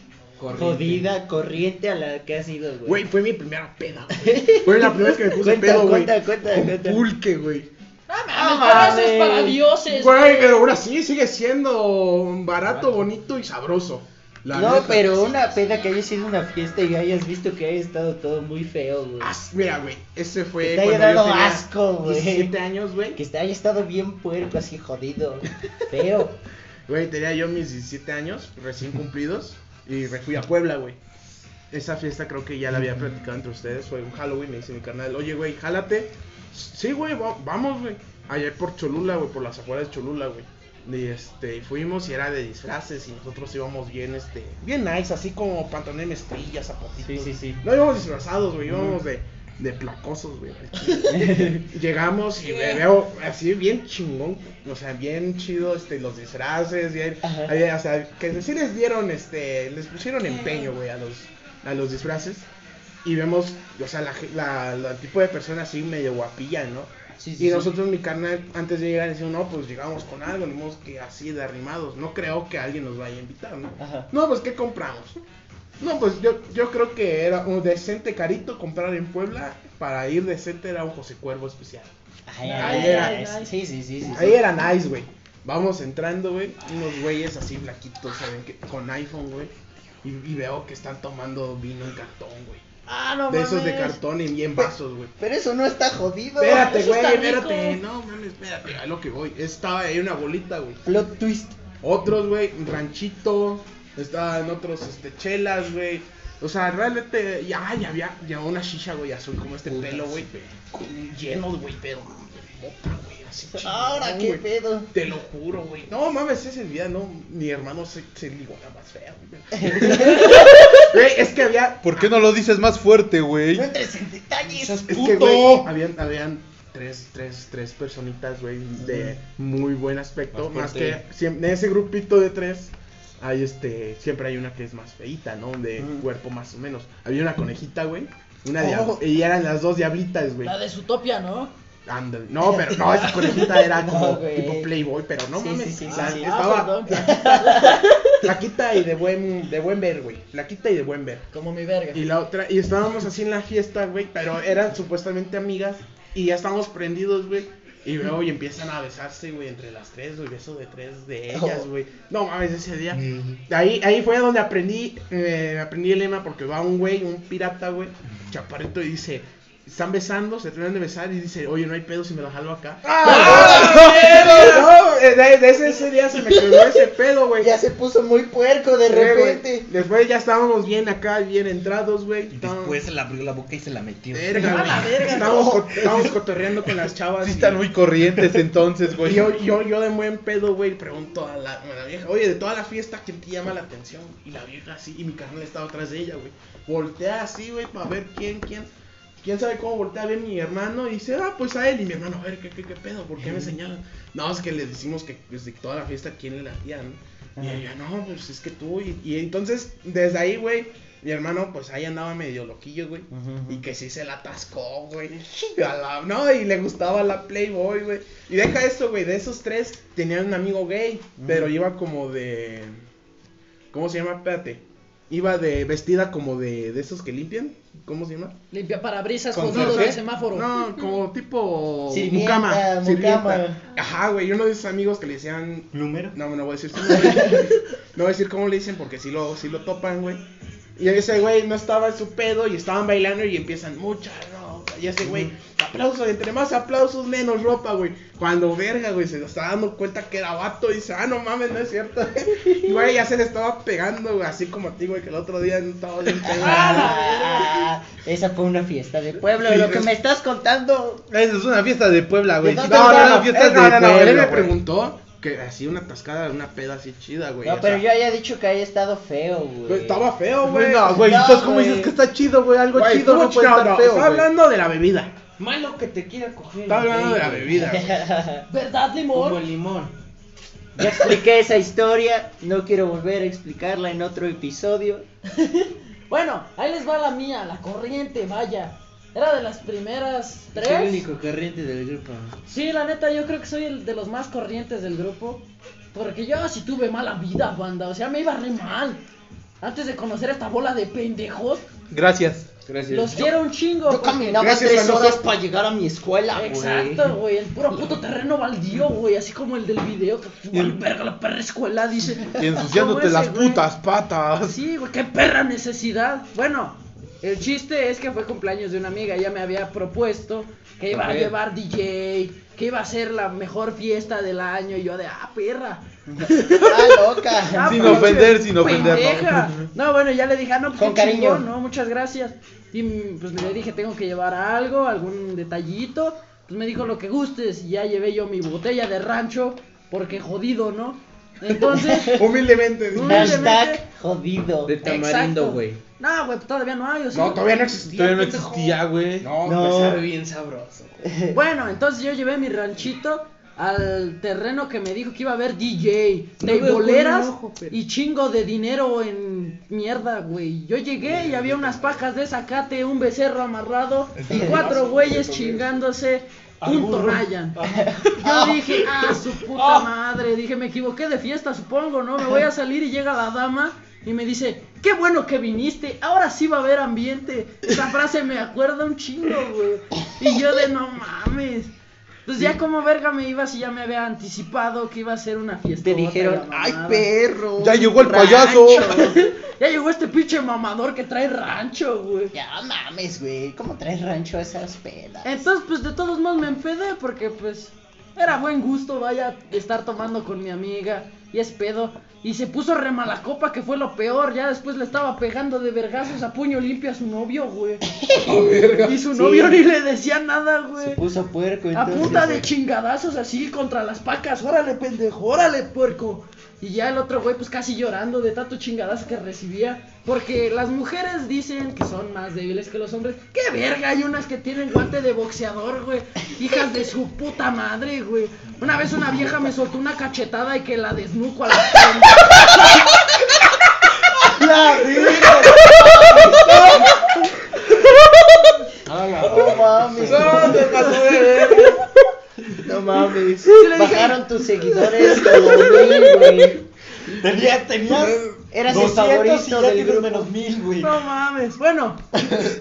[SPEAKER 4] jodida, corriente a la que has ido, güey?
[SPEAKER 2] Güey, fue mi primera peda, güey. Fue la primera vez que me puse
[SPEAKER 4] Cuenta,
[SPEAKER 2] pedo, güey.
[SPEAKER 4] cuenta, cuenta,
[SPEAKER 2] Con
[SPEAKER 4] cuenta.
[SPEAKER 2] pulque, güey.
[SPEAKER 3] Ah, mames, para eso es para dioses.
[SPEAKER 2] Güey, pero ahora sí sigue siendo barato, bonito y sabroso. La
[SPEAKER 4] no,
[SPEAKER 2] neta.
[SPEAKER 4] pero una pena que haya sido una fiesta y hayas visto que haya estado todo muy feo, güey.
[SPEAKER 2] As- Mira, güey, ese
[SPEAKER 4] Que
[SPEAKER 2] fue.
[SPEAKER 4] te haya
[SPEAKER 2] cuando yo
[SPEAKER 4] dado
[SPEAKER 2] tenía
[SPEAKER 4] asco, güey.
[SPEAKER 2] 17 años, güey.
[SPEAKER 4] Que est- haya estado bien puerco, así jodido, feo.
[SPEAKER 2] Güey, tenía yo mis 17 años, recién cumplidos, y me fui a Puebla, güey. Esa fiesta creo que ya la había platicado entre ustedes, fue un Halloween, me dice mi carnal, oye, güey, jálate. Sí, güey, va- vamos, güey. Ayer por Cholula, güey, por las afueras de Cholula, güey. Y este, fuimos y era de disfraces y nosotros íbamos bien, este, bien nice, así como pantalón de mezclilla, zapatitos.
[SPEAKER 4] Sí, sí, sí.
[SPEAKER 2] No íbamos disfrazados, güey, íbamos de, de placosos, güey. Llegamos y me veo así bien chingón, o sea, bien chido, este, los disfraces, bien,
[SPEAKER 4] Ajá.
[SPEAKER 2] había- o sea, que sí les dieron, este, les pusieron empeño, güey, a los, a los disfraces. Y vemos, o sea, la, ge- la, la tipo de persona así medio guapilla, ¿no?
[SPEAKER 4] Sí,
[SPEAKER 2] y nosotros, mi carnal, antes de llegar, decimos, no, pues llegamos con algo, ni modo que así de arrimados, no creo que alguien nos vaya a invitar, ¿no?
[SPEAKER 4] Ajá.
[SPEAKER 2] No, pues, ¿qué compramos? No, pues yo, yo creo que era un decente carito comprar en Puebla para ir decente era un José Cuervo especial.
[SPEAKER 4] Ay,
[SPEAKER 2] Ahí
[SPEAKER 4] ay,
[SPEAKER 2] era.
[SPEAKER 4] ay, ay, Sí, sí, sí, sí.
[SPEAKER 2] Ahí
[SPEAKER 4] sí.
[SPEAKER 2] era nice, güey. Vamos entrando, güey. Unos güeyes así blanquitos, ¿saben? qué? con iPhone, güey. Y, y veo que están tomando vino en cartón, güey.
[SPEAKER 3] Ah, no
[SPEAKER 2] de esos de
[SPEAKER 3] mames.
[SPEAKER 2] cartón y bien vasos, güey.
[SPEAKER 4] Pero eso no está jodido.
[SPEAKER 2] Espérate,
[SPEAKER 3] eso
[SPEAKER 2] güey,
[SPEAKER 3] está
[SPEAKER 2] espérate.
[SPEAKER 3] rico.
[SPEAKER 2] No, mames, espérate. A lo que voy. Estaba ahí una bolita, güey.
[SPEAKER 4] Plot twist.
[SPEAKER 2] Otros, güey, ranchito. Estaban otros, este, chelas, güey. O sea, realmente, ya, ya había ya una shisha, güey, azul, como este pelo, güey. con- Lleno, güey, pero de mota, güey, así
[SPEAKER 4] Ahora,
[SPEAKER 2] chingón,
[SPEAKER 4] qué
[SPEAKER 2] güey.
[SPEAKER 4] pedo.
[SPEAKER 2] Te lo juro, güey. No mames, ese día no. Mi hermano se, se ligó la más fea, güey. Güey, es que había.
[SPEAKER 5] ¿Por qué no lo dices más fuerte, güey?
[SPEAKER 4] No entres en detalles.
[SPEAKER 2] Es que, güey, habían, habían tres, tres, tres personitas, güey, de muy buen aspecto. Más, que siem- de ese grupito de tres, hay este. Siempre hay una que es más feita, ¿no? De cuerpo más o menos. Había una conejita, güey. Una
[SPEAKER 4] Oh.
[SPEAKER 2] diablo. Y eran las dos diablitas, güey.
[SPEAKER 3] La de Zootopia, ¿no?
[SPEAKER 2] Ándale. No, pero no, esa conejita era
[SPEAKER 4] No,
[SPEAKER 2] como
[SPEAKER 4] güey.
[SPEAKER 2] tipo Playboy, pero no
[SPEAKER 4] Sí,
[SPEAKER 2] mames.
[SPEAKER 4] sí, sí,
[SPEAKER 2] la-
[SPEAKER 4] sí, sí.
[SPEAKER 2] Estaba
[SPEAKER 3] Ah, perdón.
[SPEAKER 2] flaquita y de buen, de buen ver, güey. Flaquita y de buen ver.
[SPEAKER 3] Como mi verga.
[SPEAKER 2] Y la otra, y estábamos así en la fiesta, güey, pero eran supuestamente amigas y ya estábamos prendidos, güey. Y luego y empiezan a besarse, güey, entre las tres, güey, beso de tres de ellas, güey. No mames, ese día. Ahí, ahí fue donde aprendí, eh, aprendí el lema porque va un güey, un pirata, güey, chaparrito y dice, están besando, se terminan de besar y dice, oye, no hay pedo si me la jalo acá.
[SPEAKER 5] ¡Ah,
[SPEAKER 1] Ah.
[SPEAKER 2] No, eh, de, de ese, ese día se me quedó ese pedo, güey.
[SPEAKER 4] Ya se puso muy puerco de
[SPEAKER 2] Sí, güey.
[SPEAKER 4] repente.
[SPEAKER 2] Después ya estábamos bien acá, bien entrados, güey.
[SPEAKER 8] Y
[SPEAKER 2] Estábamos-
[SPEAKER 8] después se le abrió la boca y se la metió.
[SPEAKER 2] Verga, güey. Estábamos, co- estábamos cotorreando con las chavas.
[SPEAKER 5] Sí
[SPEAKER 2] y-
[SPEAKER 5] están muy corrientes entonces,
[SPEAKER 2] y
[SPEAKER 5] güey.
[SPEAKER 2] yo, yo, yo de buen pedo, güey, pregunto a la, a la vieja, oye, de toda la fiesta, ¿quién te llama la atención? Y la vieja así, y mi carnal estaba atrás de ella, güey. Voltea así, güey, para ver quién, quién. ¿Quién sabe cómo voltea bien mi hermano? Y dice, ah, pues a él. Y mi hermano, a ver, ¿qué, qué, qué pedo? ¿Por qué me señalan? No, es que le decimos que desde toda la fiesta, ¿quién le latía, no? Y ella, no, pues es que tú. Y, y entonces, desde ahí, güey, mi hermano, pues ahí andaba medio loquillo, güey. Y que sí se la atascó, güey. Y a la- No, y le gustaba la Playboy, güey. Y deja eso, güey, de esos tres, tenían un amigo gay, pero iba como de... ¿Cómo se llama? Espérate. Iba de vestida como de, de esos que limpian. ¿Cómo se llama?
[SPEAKER 3] Limpia parabrisas
[SPEAKER 2] Con
[SPEAKER 3] jodido
[SPEAKER 2] José.
[SPEAKER 3] de semáforo.
[SPEAKER 2] No, como tipo
[SPEAKER 4] Sirvienta,
[SPEAKER 2] mucama,
[SPEAKER 4] mucama.
[SPEAKER 2] sirvienta. Ajá, güey, y uno de sus amigos que le decían
[SPEAKER 8] ¿Número?
[SPEAKER 2] no, no voy a decir su nombre. No voy a decir cómo le dicen porque si lo, sí lo topan, güey. Y ese güey no estaba en su pedo y estaban bailando y empiezan mucha ropa. Y ese güey, aplausos, entre más aplausos, menos ropa, güey. Cuando verga, güey, se está dando cuenta que era vato y dice, ah, no mames, no es cierto. Güey, ya se le estaba pegando, güey, así como a ti, güey, que el otro día no estaba bien pegado.
[SPEAKER 4] Ah, esa fue una fiesta de pueblo.
[SPEAKER 2] Sí,
[SPEAKER 4] lo que
[SPEAKER 2] es-
[SPEAKER 4] me estás contando.
[SPEAKER 5] Esa es una fiesta de Puebla, güey.
[SPEAKER 4] ¿De
[SPEAKER 5] Si
[SPEAKER 4] dónde
[SPEAKER 5] no,
[SPEAKER 4] era?
[SPEAKER 5] no, no, fiestas
[SPEAKER 2] Eh, no,
[SPEAKER 5] de
[SPEAKER 2] no, no, él me
[SPEAKER 5] Puebla, güey.
[SPEAKER 2] preguntó que así una tascada, una peda así chida, güey.
[SPEAKER 4] No,
[SPEAKER 2] o
[SPEAKER 4] pero yo
[SPEAKER 2] sea,
[SPEAKER 4] había dicho que había estado feo, güey.
[SPEAKER 2] Estaba feo, güey.
[SPEAKER 5] No, güey,
[SPEAKER 4] No,
[SPEAKER 5] entonces cómo
[SPEAKER 4] güey.
[SPEAKER 5] dices que está chido, güey, algo
[SPEAKER 2] Güey,
[SPEAKER 5] chido no
[SPEAKER 2] pucha,
[SPEAKER 5] puede estar
[SPEAKER 2] no,
[SPEAKER 5] feo,
[SPEAKER 2] está
[SPEAKER 5] güey.
[SPEAKER 2] hablando de la bebida.
[SPEAKER 8] Malo que te quiera coger.
[SPEAKER 2] Está hablando de la
[SPEAKER 8] güey.
[SPEAKER 2] bebida. güey.
[SPEAKER 3] ¿Verdad,
[SPEAKER 8] Como
[SPEAKER 3] Limón?
[SPEAKER 8] el limón.
[SPEAKER 4] Ya expliqué esa historia. No quiero volver a explicarla en otro episodio.
[SPEAKER 3] Bueno, ahí les va la mía, la corriente, vaya. Era de las primeras tres.
[SPEAKER 8] Soy el único corriente del grupo.
[SPEAKER 3] Sí, la neta, yo creo que soy el de los más corrientes del grupo. Porque yo sí tuve mala vida, banda. O sea, me iba re mal. Antes de conocer esta bola de pendejos.
[SPEAKER 5] Gracias.
[SPEAKER 8] Gracias.
[SPEAKER 3] Los quiero un chingo.
[SPEAKER 4] Yo
[SPEAKER 3] porque-
[SPEAKER 4] caminaba
[SPEAKER 2] Gracias
[SPEAKER 4] tres
[SPEAKER 2] a nosotros-
[SPEAKER 4] horas para llegar a mi escuela, güey.
[SPEAKER 3] Exacto, güey. El puro puto terreno baldío, güey. Así como el del video que fue al verga la perra escuela, dice.
[SPEAKER 1] Y ensuciándote
[SPEAKER 3] Como ese,
[SPEAKER 1] las
[SPEAKER 3] güey.
[SPEAKER 1] putas patas.
[SPEAKER 3] Sí, güey, qué perra necesidad. Bueno, el chiste es que fue cumpleaños de una amiga. Ella me había propuesto que iba a
[SPEAKER 8] Ok.
[SPEAKER 3] llevar DJ, que iba a ser la mejor fiesta del año. Y yo de, ah, perra.
[SPEAKER 4] Ah, loca.
[SPEAKER 3] Ah,
[SPEAKER 1] Sin
[SPEAKER 3] pinche
[SPEAKER 1] ofender, sin ofender,
[SPEAKER 3] pendeja. No, bueno, ya le dije, ah, no, pues
[SPEAKER 4] Con
[SPEAKER 3] qué chingón,
[SPEAKER 4] cariño.
[SPEAKER 3] no, muchas gracias. Y mm, pues le dije, tengo que llevar algo, algún detallito. Pues me dijo lo que gustes. Y ya llevé yo mi botella de rancho, porque jodido, ¿no? Entonces.
[SPEAKER 2] Humildemente. dice.
[SPEAKER 3] humildemente-
[SPEAKER 4] Hashtag jodido.
[SPEAKER 8] De tamarindo,
[SPEAKER 3] Exacto.
[SPEAKER 8] güey.
[SPEAKER 3] No, güey, pues, todavía no hay, o sí.
[SPEAKER 2] No, todavía no existía.
[SPEAKER 1] Todavía no
[SPEAKER 2] pendejo.
[SPEAKER 1] existía, güey.
[SPEAKER 2] No,
[SPEAKER 4] No.
[SPEAKER 2] pues sabe bien sabroso.
[SPEAKER 3] Bueno, entonces yo llevé mi ranchito al terreno que me dijo que iba a haber DJ, de boleras y chingo de dinero en mierda, güey. Yo llegué y había unas pajas de zacate, un becerro amarrado y cuatro güeyes chingándose un tonayan. Yo dije, ah, su
[SPEAKER 4] Oh.
[SPEAKER 3] puta madre, dije, me equivoqué de fiesta, supongo, ¿no? Me voy a salir y llega la dama y me dice, qué bueno que viniste, ahora sí va a haber ambiente. Esa frase me acuerda un chingo, güey. Y yo de, no mames. Pues ya como verga me iba si ya me había anticipado que iba a ser una fiesta.
[SPEAKER 4] Te dijeron, ay, perro.
[SPEAKER 1] Ya llegó el payaso.
[SPEAKER 3] Ya llegó este pinche mamador que trae rancho, güey.
[SPEAKER 4] Ya mames, güey. ¿Cómo traes rancho a esas pedas?
[SPEAKER 3] Entonces, pues de todos modos me enfedé porque pues era buen gusto, vaya, estar tomando con mi amiga y es pedo. Y se puso re mala copa, que fue lo peor. Ya después le estaba pegando de vergazos a puño limpio a su novio, güey. y su novio ni le decía nada,
[SPEAKER 4] Se
[SPEAKER 3] güey.
[SPEAKER 4] puso puerco
[SPEAKER 3] A
[SPEAKER 4] entonces.
[SPEAKER 3] punta de
[SPEAKER 4] güey.
[SPEAKER 3] chingadazos así contra las pacas. Órale, pendejo, órale, puerco. Y ya el otro güey, pues casi llorando de tanto chingadazo que recibía. Porque las mujeres dicen que son más débiles que los hombres. ¡Qué verga! Hay unas que tienen guante de boxeador, güey. Hijas de su puta madre, güey. Una vez una vieja me soltó una cachetada y que la desnuco a la
[SPEAKER 4] La verga. No mames.
[SPEAKER 2] No, te pasó de ver.
[SPEAKER 4] No mames.
[SPEAKER 3] Sí, le dije-
[SPEAKER 4] Bajaron tus seguidores de los mil, güey.
[SPEAKER 6] Tenía, tenías
[SPEAKER 4] Eras el
[SPEAKER 6] 200 y ya
[SPEAKER 4] favorito del
[SPEAKER 6] tienes
[SPEAKER 4] grupo.
[SPEAKER 6] menos mil, güey.
[SPEAKER 3] No mames. Bueno,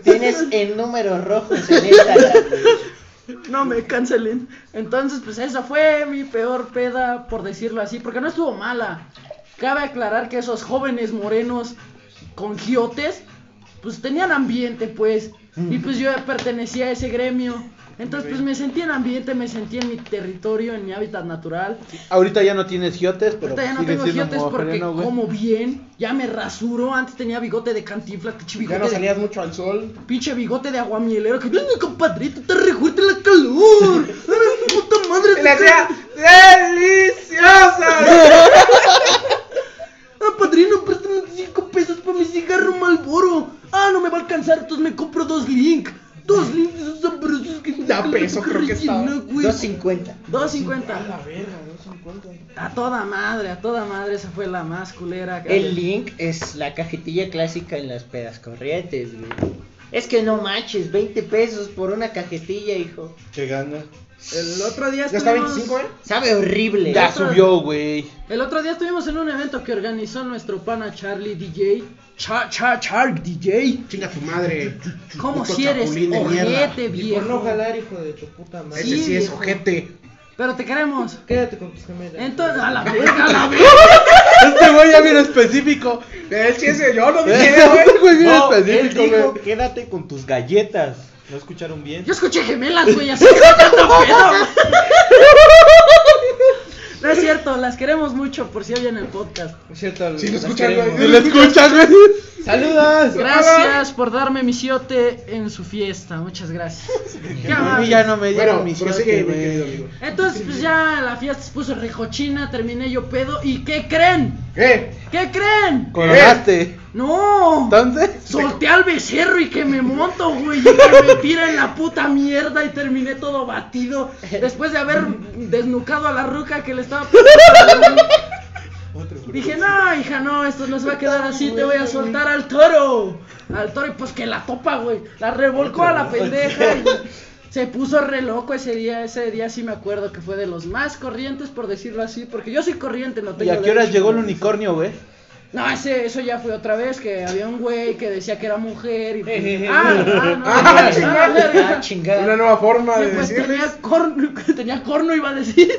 [SPEAKER 4] Tienes en números rojos en Instagram, güey.
[SPEAKER 3] No me cancelen. Entonces, pues esa fue mi peor peda, por decirlo así, porque no estuvo mala. Cabe aclarar que esos jóvenes morenos con giotes, pues tenían ambiente, pues.
[SPEAKER 1] Mm.
[SPEAKER 3] Y pues yo pertenecía a ese gremio. Entonces, pues me sentí en ambiente, me sentí en mi territorio, en mi hábitat natural.
[SPEAKER 1] Ahorita ya no tienes giotes, pero
[SPEAKER 3] Ahorita ya no
[SPEAKER 1] sigues
[SPEAKER 3] tengo
[SPEAKER 1] siendo
[SPEAKER 3] giotes porque
[SPEAKER 1] moreno, güey.
[SPEAKER 3] como bien, ya me rasuro. Antes tenía bigote de cantinflas, pinche
[SPEAKER 2] Ya
[SPEAKER 3] bigote
[SPEAKER 2] no
[SPEAKER 3] de
[SPEAKER 2] salías mucho al sol.
[SPEAKER 3] Pinche bigote de aguamielero que viene compadrito, te rejuerte la calor. Ay, puta madre.
[SPEAKER 2] Le
[SPEAKER 3] te-
[SPEAKER 2] hacía deliciosa.
[SPEAKER 3] Ah, padrino, préstame cinco pesos para mi cigarro Malboro. Ah, no me va a alcanzar, entonces me compro dos Link. Dos Link, esos sabrosos que
[SPEAKER 2] Da peso, creo que estaba.
[SPEAKER 4] 250.
[SPEAKER 3] 2.50. A toda madre, a toda madre, esa fue la más culera. que-
[SPEAKER 4] El link es la cajetilla clásica en las pedas corrientes, güey. Es que no manches, 20 pesos por una cajetilla, hijo.
[SPEAKER 5] Que gana.
[SPEAKER 3] El otro día
[SPEAKER 2] Ya está
[SPEAKER 3] estuvimos-
[SPEAKER 2] 25, ¿eh?
[SPEAKER 4] Sabe horrible.
[SPEAKER 1] Ya
[SPEAKER 3] Otra-
[SPEAKER 1] subió, güey.
[SPEAKER 3] El otro día estuvimos en un evento que organizó nuestro pana Charlie DJ. Cha, cha, Charlie DJ.
[SPEAKER 2] Chinga tu madre.
[SPEAKER 3] ¿Cómo
[SPEAKER 2] Puto
[SPEAKER 3] si eres
[SPEAKER 2] chapulín de mierda.
[SPEAKER 3] ojete,
[SPEAKER 8] Y por no
[SPEAKER 3] viejo?
[SPEAKER 8] jalar, hijo de tu puta madre.
[SPEAKER 2] Ese sí es
[SPEAKER 3] viejo.
[SPEAKER 2] ojete.
[SPEAKER 3] Pero te queremos.
[SPEAKER 8] Quédate con tus gemelas.
[SPEAKER 3] Entonces, a la verga, a la verga.
[SPEAKER 1] Este güey ya bien específico.
[SPEAKER 2] Él sí es el- yo, no dije,
[SPEAKER 1] Este
[SPEAKER 2] güey.
[SPEAKER 1] güey bien
[SPEAKER 5] No, él
[SPEAKER 1] específico,
[SPEAKER 5] dijo,
[SPEAKER 1] güey.
[SPEAKER 5] quédate con tus galletas. ¿No escucharon bien?
[SPEAKER 3] Yo escuché gemelas, güey, así que no tanto pedo. No es cierto, las queremos mucho por si oyen el podcast.
[SPEAKER 8] Es cierto,
[SPEAKER 2] Sí, lo
[SPEAKER 8] las
[SPEAKER 2] escuchan,
[SPEAKER 8] queremos.
[SPEAKER 1] Si lo escuchas, güey.
[SPEAKER 5] ¡Saludas!
[SPEAKER 3] Gracias por darme mi ciote en su fiesta, muchas gracias. Qué
[SPEAKER 1] A mí
[SPEAKER 3] amable.
[SPEAKER 1] ya no me dieron
[SPEAKER 2] Bueno,
[SPEAKER 1] mi
[SPEAKER 2] prosigue,
[SPEAKER 1] giote,
[SPEAKER 2] mi querido
[SPEAKER 1] güey.
[SPEAKER 2] amigo.
[SPEAKER 3] Entonces, pues ya la fiesta se puso recochina, terminé yo pedo. ¿Y qué creen?
[SPEAKER 2] ¿Qué?
[SPEAKER 3] ¿Qué creen?
[SPEAKER 1] Coronaste.
[SPEAKER 3] No.
[SPEAKER 1] Entonces,
[SPEAKER 3] Solté al becerro y que me monto, güey, y que me tira en la puta mierda y terminé todo batido después de haber desnucado a la ruca que le estaba Dije, no, hija, no, esto no se va a quedar así, te voy a soltar al toro. Al toro, y pues que la topa, güey. La revolcó a la pendeja. y se puso re loco ese día. Ese día sí me acuerdo que fue de los más corrientes, por decirlo así. Porque yo soy corriente, no
[SPEAKER 1] ¿y
[SPEAKER 3] tengo.
[SPEAKER 1] a qué horas
[SPEAKER 3] derecho.
[SPEAKER 1] llegó el unicornio, güey?
[SPEAKER 3] No, ese, eso ya fue otra vez que había un güey que decía que era mujer y pues,
[SPEAKER 4] Eh, eh, eh.
[SPEAKER 3] ah, ah, no,
[SPEAKER 2] Ah,
[SPEAKER 3] ah,
[SPEAKER 2] chingada.
[SPEAKER 3] verga.
[SPEAKER 4] Ah, chingada.
[SPEAKER 2] Una nueva forma de
[SPEAKER 3] Pues
[SPEAKER 2] decirle.
[SPEAKER 3] tenía corno, tenía corno iba a decir.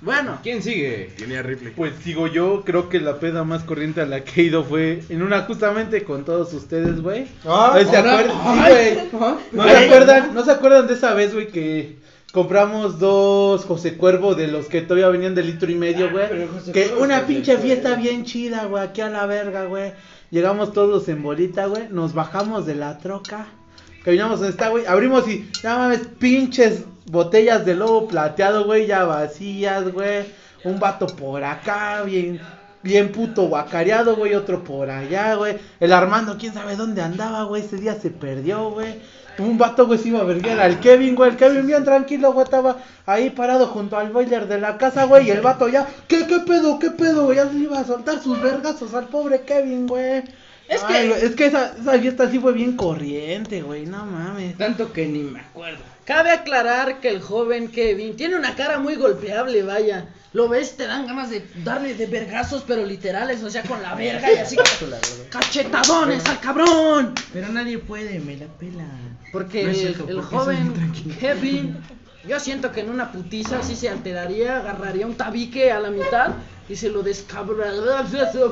[SPEAKER 3] Bueno,
[SPEAKER 7] ¿Quién sigue?
[SPEAKER 2] Tenía Ripley.
[SPEAKER 1] Pues sigo yo, creo que la peda más corriente a la que he ido fue en una justamente con todos ustedes, güey.
[SPEAKER 6] Ah,
[SPEAKER 1] ¿No se acuerdan? Sí, güey. ¿No se acuerdan? ¿No se acuerdan de esa vez, güey, que compramos dos José Cuervo de los que todavía venían de litro y medio, güey?
[SPEAKER 8] pero José
[SPEAKER 1] Que
[SPEAKER 8] Cuervo
[SPEAKER 1] una
[SPEAKER 8] es del
[SPEAKER 1] pinche fiesta
[SPEAKER 8] pueblo.
[SPEAKER 1] bien chida, güey, aquí a la verga, güey. Llegamos todos en bolita, güey, nos bajamos de la troca. Caminamos donde está, güey, abrimos y, ya mames, pinches botellas de lobo plateado, güey, ya vacías, güey. Un vato por acá, bien, bien puto guacareado, güey, otro por allá, güey. El Armando, quién sabe dónde andaba, güey, ese día se perdió, güey. Un vato, güey, se iba a verguer al Kevin, güey. El Kevin bien tranquilo, güey, estaba ahí parado junto al boiler de la casa, güey. Y el vato ya, ¿qué, qué pedo, qué pedo? güey? Ya se iba a soltar sus vergazos al pobre Kevin, güey.
[SPEAKER 3] Es
[SPEAKER 1] Ay,
[SPEAKER 3] que-
[SPEAKER 1] güey, es que esa, esa fiesta sí fue bien corriente, güey, no mames.
[SPEAKER 3] tanto que ni me acuerdo. Cabe aclarar que el joven Kevin tiene una cara muy golpeable, vaya. Lo ves, te dan ganas de darle de vergazos, pero literales, o sea, con la verga y así. ¡Cachetadones al cabrón!
[SPEAKER 7] Pero nadie puede, me la pela.
[SPEAKER 3] Porque
[SPEAKER 7] No es
[SPEAKER 3] el,
[SPEAKER 7] cierto,
[SPEAKER 3] el
[SPEAKER 7] porque soy
[SPEAKER 3] joven
[SPEAKER 7] muy tranquilo.
[SPEAKER 3] Kevin, yo siento que en una putiza así se alteraría, agarraría un tabique a la mitad y se lo descabraría.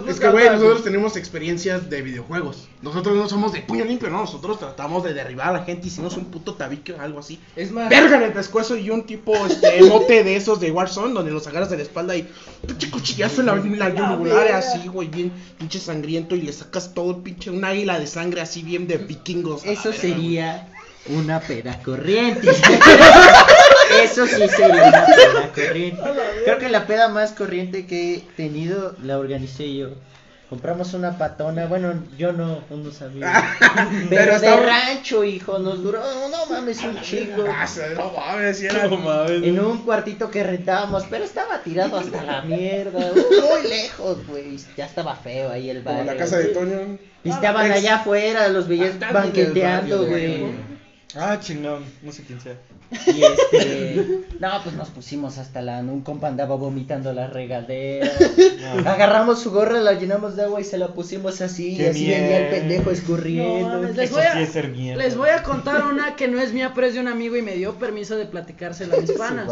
[SPEAKER 2] Es que, güey, nosotros tenemos experiencias de videojuegos. Nosotros no somos de puño limpio, no. Nosotros tratamos de derribar a la gente. Hicimos un puto tabique o algo así.
[SPEAKER 7] Es más,
[SPEAKER 2] Verga en el pescuezo y un tipo este, emote de esos de Warzone donde los agarras de la espalda y pinche cuchillazo en la, en la yugular así, güey, bien pinche sangriento y le sacas todo pinche un águila de sangre así bien de vikingos.
[SPEAKER 4] Eso
[SPEAKER 2] Ah,
[SPEAKER 4] sería una peda corriente. Eso sí sería una peda corriente. Creo que la peda más corriente que he tenido la organicé yo. Compramos una patona, bueno, yo no, unos amigos. Pero,
[SPEAKER 2] Ah, Pero
[SPEAKER 4] de
[SPEAKER 2] está-
[SPEAKER 4] rancho, hijo, nos duró, no mames, un chingo.
[SPEAKER 2] Ah, se- no mames, si era.
[SPEAKER 4] En un cuartito que rentábamos, pero estaba tirado hasta la mierda, muy lejos, güey. Ya estaba feo ahí el bar.
[SPEAKER 2] Como la casa de Toño.
[SPEAKER 4] Y estaban
[SPEAKER 2] Ex-
[SPEAKER 4] allá afuera, los veías banqueteando, güey.
[SPEAKER 6] Ah, chingón. No sé quién sea.
[SPEAKER 4] Y este. No, pues nos pusimos hasta la. Un compa andaba vomitando la regadera.
[SPEAKER 6] Ah.
[SPEAKER 4] Agarramos su gorra, la llenamos de agua y se la pusimos así. Y
[SPEAKER 6] Qué
[SPEAKER 4] así venía el
[SPEAKER 6] bien.
[SPEAKER 4] pendejo
[SPEAKER 3] No
[SPEAKER 4] escurriendo.
[SPEAKER 3] mames, les
[SPEAKER 6] Eso
[SPEAKER 3] voy a-
[SPEAKER 6] sí es ser mierda.
[SPEAKER 3] Les voy a contar una que no es mía, pero es de un amigo y me dio permiso de platicársela a mis panas.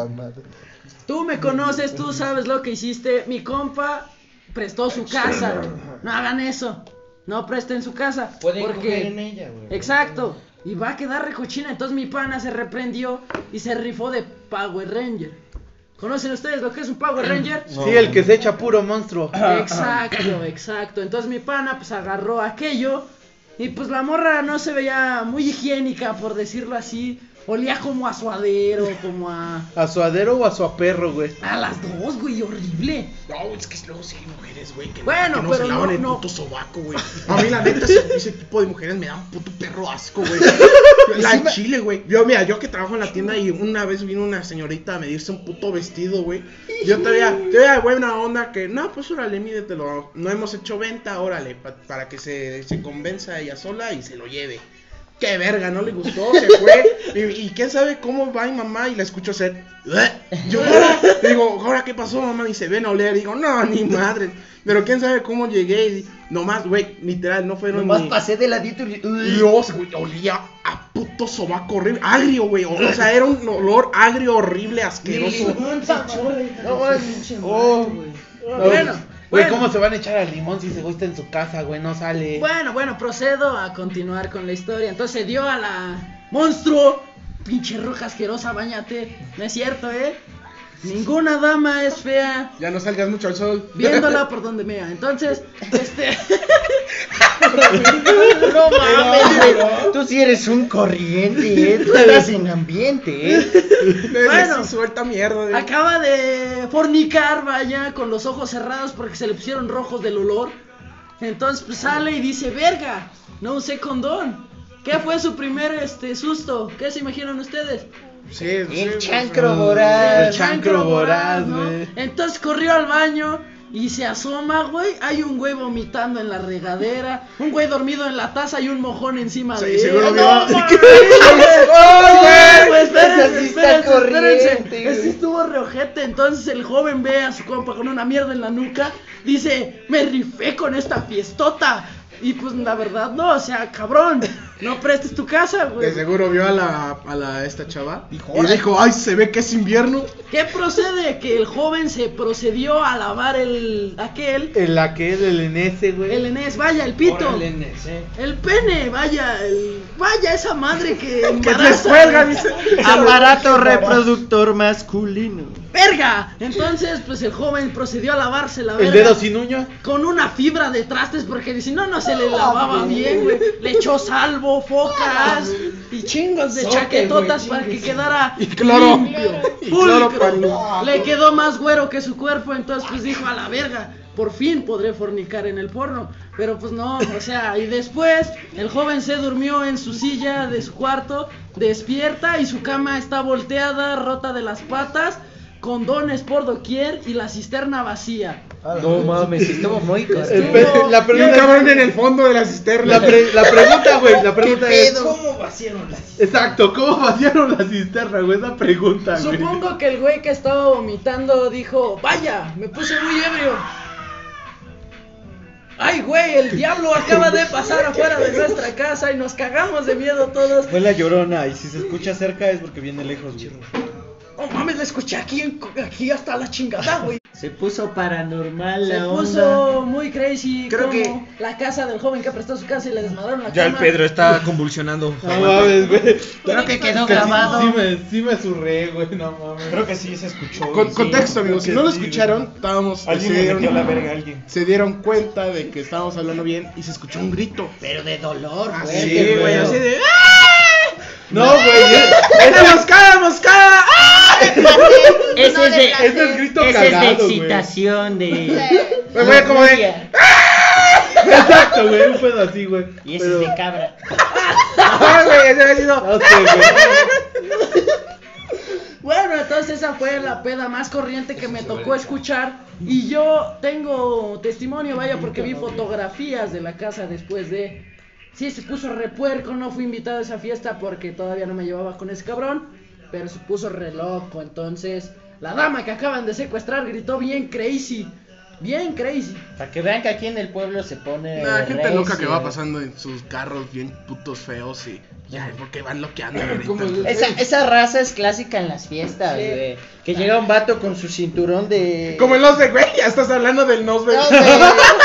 [SPEAKER 3] Tú me conoces, tú sabes lo que hiciste. Mi compa prestó su casa. No hagan eso. No presten su casa.
[SPEAKER 8] Pueden
[SPEAKER 3] porque-
[SPEAKER 8] coger en ella, güey.
[SPEAKER 3] Exacto. Y va a quedar recochina. Entonces mi pana se reprendió y se rifó de Power Ranger. ¿Conocen ustedes lo que es un Power Ranger?
[SPEAKER 1] Sí, el que se echa puro monstruo.
[SPEAKER 3] Exacto, exacto. Entonces mi pana pues agarró aquello y pues la morra no se veía muy higiénica, por decirlo así. Olía como a suadero, como a...
[SPEAKER 1] ¿A suadero o a su perro, güey?
[SPEAKER 3] A las dos, güey, horrible.
[SPEAKER 2] No, es que luego sí hay mujeres, güey, que,
[SPEAKER 3] Bueno,
[SPEAKER 2] que no
[SPEAKER 3] pero
[SPEAKER 2] se lavan
[SPEAKER 3] no,
[SPEAKER 2] el
[SPEAKER 3] no.
[SPEAKER 2] puto sobaco, güey. A mí, la neta, ese, ese tipo de mujeres me dan puto perro asco, güey. La chile, güey. Yo, mira, yo que trabajo en la tienda y una vez vino una señorita a medirse un puto vestido, güey. Yo todavía, todavía de buena onda que, no, pues órale, mídetelo. No hemos hecho venta, órale, pa- para que se, se convenza ella sola y se lo lleve. Qué verga, no le gustó, se fue. Y, y quién sabe cómo va mi mamá y la escucho hacer. "Bleh". Yo ahora, digo, ahora qué pasó, mamá, y se ven a oler. Digo, no, ni madre. Pero quién sabe cómo llegué y nomás, güey, literal, no fueron
[SPEAKER 4] Nomás
[SPEAKER 2] ni-
[SPEAKER 4] pasé de ladito y.
[SPEAKER 2] y luego, güey, olía a puto sobaco horrible, agrio, güey. O sea, era un olor agrio, horrible, asqueroso.
[SPEAKER 4] No, mames.
[SPEAKER 1] Oh,
[SPEAKER 3] Bueno,
[SPEAKER 1] Güey,
[SPEAKER 3] bueno.
[SPEAKER 1] ¿cómo se van a echar al limón si se gusta en su casa, güey? No sale.
[SPEAKER 3] Bueno, bueno, procedo a continuar con la historia. Entonces dio a la monstruo, pinche roja asquerosa, bañate. No es cierto, ¿eh? Ninguna dama es fea
[SPEAKER 2] Ya no salgas mucho al sol.
[SPEAKER 3] viéndola por donde mea. Entonces, este,
[SPEAKER 4] No mames, güey. Tú sí eres un corriente, ¿eh? Tú estás en ambiente, ¿eh?
[SPEAKER 2] Bueno, suelta mierda.
[SPEAKER 4] Ah,
[SPEAKER 2] güey.
[SPEAKER 3] acaba de fornicar, vaya, con los ojos cerrados porque se le pusieron rojos del olor. Entonces pues, sale y dice, verga, no usé condón. ¿Qué fue su primer este susto? ¿Qué se imaginan ustedes?
[SPEAKER 2] Sí, sí,
[SPEAKER 4] El
[SPEAKER 2] pues,
[SPEAKER 4] chancro moral.
[SPEAKER 1] El chancro voraz,
[SPEAKER 3] ¿no?
[SPEAKER 1] güey.
[SPEAKER 3] Entonces corrió al baño y se asoma, güey. Hay un güey vomitando en la regadera, un güey dormido en la taza y un mojón encima
[SPEAKER 2] Sí,
[SPEAKER 3] de él.
[SPEAKER 2] seguro
[SPEAKER 3] ¡No,
[SPEAKER 2] vio-
[SPEAKER 3] mames!
[SPEAKER 4] ¡Ay,
[SPEAKER 3] güey!
[SPEAKER 4] Ese
[SPEAKER 3] Espérense,
[SPEAKER 4] sí está
[SPEAKER 3] espérense, espérense.
[SPEAKER 4] corriente, güey.
[SPEAKER 3] Ese estuvo reojete. Entonces el joven ve a su compa con una mierda en la nuca Dice, me rifé con esta fiestota. Y pues la verdad, no, o sea, cabrón, no prestes tu casa, güey.
[SPEAKER 2] De seguro vio a la, a la esta chava
[SPEAKER 4] Dijo,
[SPEAKER 2] y
[SPEAKER 4] "Órale".
[SPEAKER 2] dijo, ay, se ve que es invierno.
[SPEAKER 3] ¿Qué procede? Que el joven se procedió a lavar el. aquel.
[SPEAKER 1] El aquel, el NS, güey.
[SPEAKER 3] El enés, vaya, el pito.
[SPEAKER 6] Órale, nene.
[SPEAKER 3] El pene, vaya, el. Vaya, esa madre que.
[SPEAKER 2] Que
[SPEAKER 3] embaraza,
[SPEAKER 2] descuelga,
[SPEAKER 3] güey.
[SPEAKER 2] dice.
[SPEAKER 4] Aparato reproductor masculino.
[SPEAKER 3] ¡Verga! Entonces, pues el joven procedió a lavarse la
[SPEAKER 1] El
[SPEAKER 3] verga.
[SPEAKER 1] dedo sin uña.
[SPEAKER 3] Con una fibra de trastes, porque si no, no se le lavaba bien, güey. Le echó salvo, focas y chingos de
[SPEAKER 6] Soque,
[SPEAKER 3] chaquetotas
[SPEAKER 6] güey,
[SPEAKER 3] para que
[SPEAKER 6] chingues.
[SPEAKER 3] quedara
[SPEAKER 2] Y cloro.
[SPEAKER 3] limpio.
[SPEAKER 2] Y cloro
[SPEAKER 3] pulcro.
[SPEAKER 2] para limpiar.
[SPEAKER 3] Le quedó más güero que su cuerpo, entonces pues dijo a la verga. Por fin podré fornicar en el porno. Pero pues no, o sea, y después el joven se durmió en su silla de su cuarto, despierta y su cama está volteada, rota de las patas, condones por doquier y la cisterna vacía.
[SPEAKER 4] No mames, estuvo muy
[SPEAKER 1] El
[SPEAKER 4] costoso.
[SPEAKER 1] pe- la,
[SPEAKER 2] Y un
[SPEAKER 1] pregunta,
[SPEAKER 2] cabrón en el fondo de la cisterna.
[SPEAKER 1] la, pre- la pregunta, güey, la pregunta es...
[SPEAKER 6] ¿Cómo vaciaron las
[SPEAKER 1] Exacto, ¿cómo vaciaron la cisterna, güey? Esa pregunta, güey.
[SPEAKER 3] Supongo que el güey que estaba vomitando dijo, vaya, me puse muy ebrio. Ay, güey, el diablo acaba de pasar afuera de nuestra casa y nos cagamos de miedo todos.
[SPEAKER 5] Fue la llorona y si se escucha cerca es porque viene lejos, güey.
[SPEAKER 3] No mames, la escuché aquí, en- aquí hasta la chingada, güey.
[SPEAKER 4] Se puso paranormal
[SPEAKER 3] Se
[SPEAKER 4] la onda.
[SPEAKER 3] puso muy crazy.
[SPEAKER 2] Creo
[SPEAKER 3] como
[SPEAKER 2] que-
[SPEAKER 3] la casa del joven que prestó su casa y le desmadraron la
[SPEAKER 5] Ya el
[SPEAKER 3] cama.
[SPEAKER 5] Pedro está convulsionando.
[SPEAKER 1] No mames, güey.
[SPEAKER 4] Creo que quedó
[SPEAKER 1] Que sí-
[SPEAKER 4] grabado.
[SPEAKER 1] Sí, me, sí me surré, güey, no mames.
[SPEAKER 6] Creo que sí se escuchó.
[SPEAKER 2] Con,
[SPEAKER 6] güey, sí.
[SPEAKER 2] contexto,
[SPEAKER 6] Creo
[SPEAKER 2] amigos. Si
[SPEAKER 6] que
[SPEAKER 2] no lo
[SPEAKER 6] sí, güey.
[SPEAKER 2] escucharon, estábamos.
[SPEAKER 6] Alguien
[SPEAKER 2] se
[SPEAKER 6] le
[SPEAKER 2] dieron-
[SPEAKER 6] metió la verga a alguien.
[SPEAKER 2] se dieron cuenta de que estábamos hablando bien y se escuchó un grito.
[SPEAKER 4] Pero de dolor,
[SPEAKER 2] Así,
[SPEAKER 4] Ah, güey.
[SPEAKER 2] güey,
[SPEAKER 4] qué feo.
[SPEAKER 2] así de.
[SPEAKER 1] No,
[SPEAKER 5] ¡Ah!
[SPEAKER 1] güey, es-
[SPEAKER 2] ¡Una moscada, moscada!
[SPEAKER 4] Ese
[SPEAKER 9] No
[SPEAKER 4] es
[SPEAKER 9] de
[SPEAKER 4] de-
[SPEAKER 9] placer.
[SPEAKER 1] ese es grito
[SPEAKER 4] Ese es de
[SPEAKER 1] cagado, güey.
[SPEAKER 4] excitación, de.
[SPEAKER 2] Me voy como de.
[SPEAKER 4] lujuria.
[SPEAKER 1] Exacto, güey, un pedo así, güey.
[SPEAKER 4] Y ese
[SPEAKER 1] Pero-
[SPEAKER 4] es de cabra.
[SPEAKER 2] ¡Ah, güey! Ese había sido.
[SPEAKER 1] No sé, güey.
[SPEAKER 3] Bueno, entonces esa fue la peda más corriente que me tocó escuchar. Y yo tengo testimonio, vaya, porque vi fotografías de la casa después de. Sí, se puso repuerco, no fui invitado a esa fiesta porque todavía no me llevaba con ese cabrón. Pero se puso re loco, entonces. La dama que acaban de secuestrar gritó bien crazy. Bien crazy.
[SPEAKER 4] Para que vean que aquí en el pueblo se pone.
[SPEAKER 2] La gente loca que
[SPEAKER 4] recio.
[SPEAKER 2] va pasando en sus carros bien putos feos y. Ya, porque van loqueando. y
[SPEAKER 6] Como-
[SPEAKER 2] gritan.
[SPEAKER 4] Esa, esa raza es clásica en las fiestas,
[SPEAKER 3] Sí.
[SPEAKER 4] güey. Que llega un vato con su cinturón de.
[SPEAKER 2] Como el Osbe, güey. Ya estás hablando del Nosbe.
[SPEAKER 4] No, güey,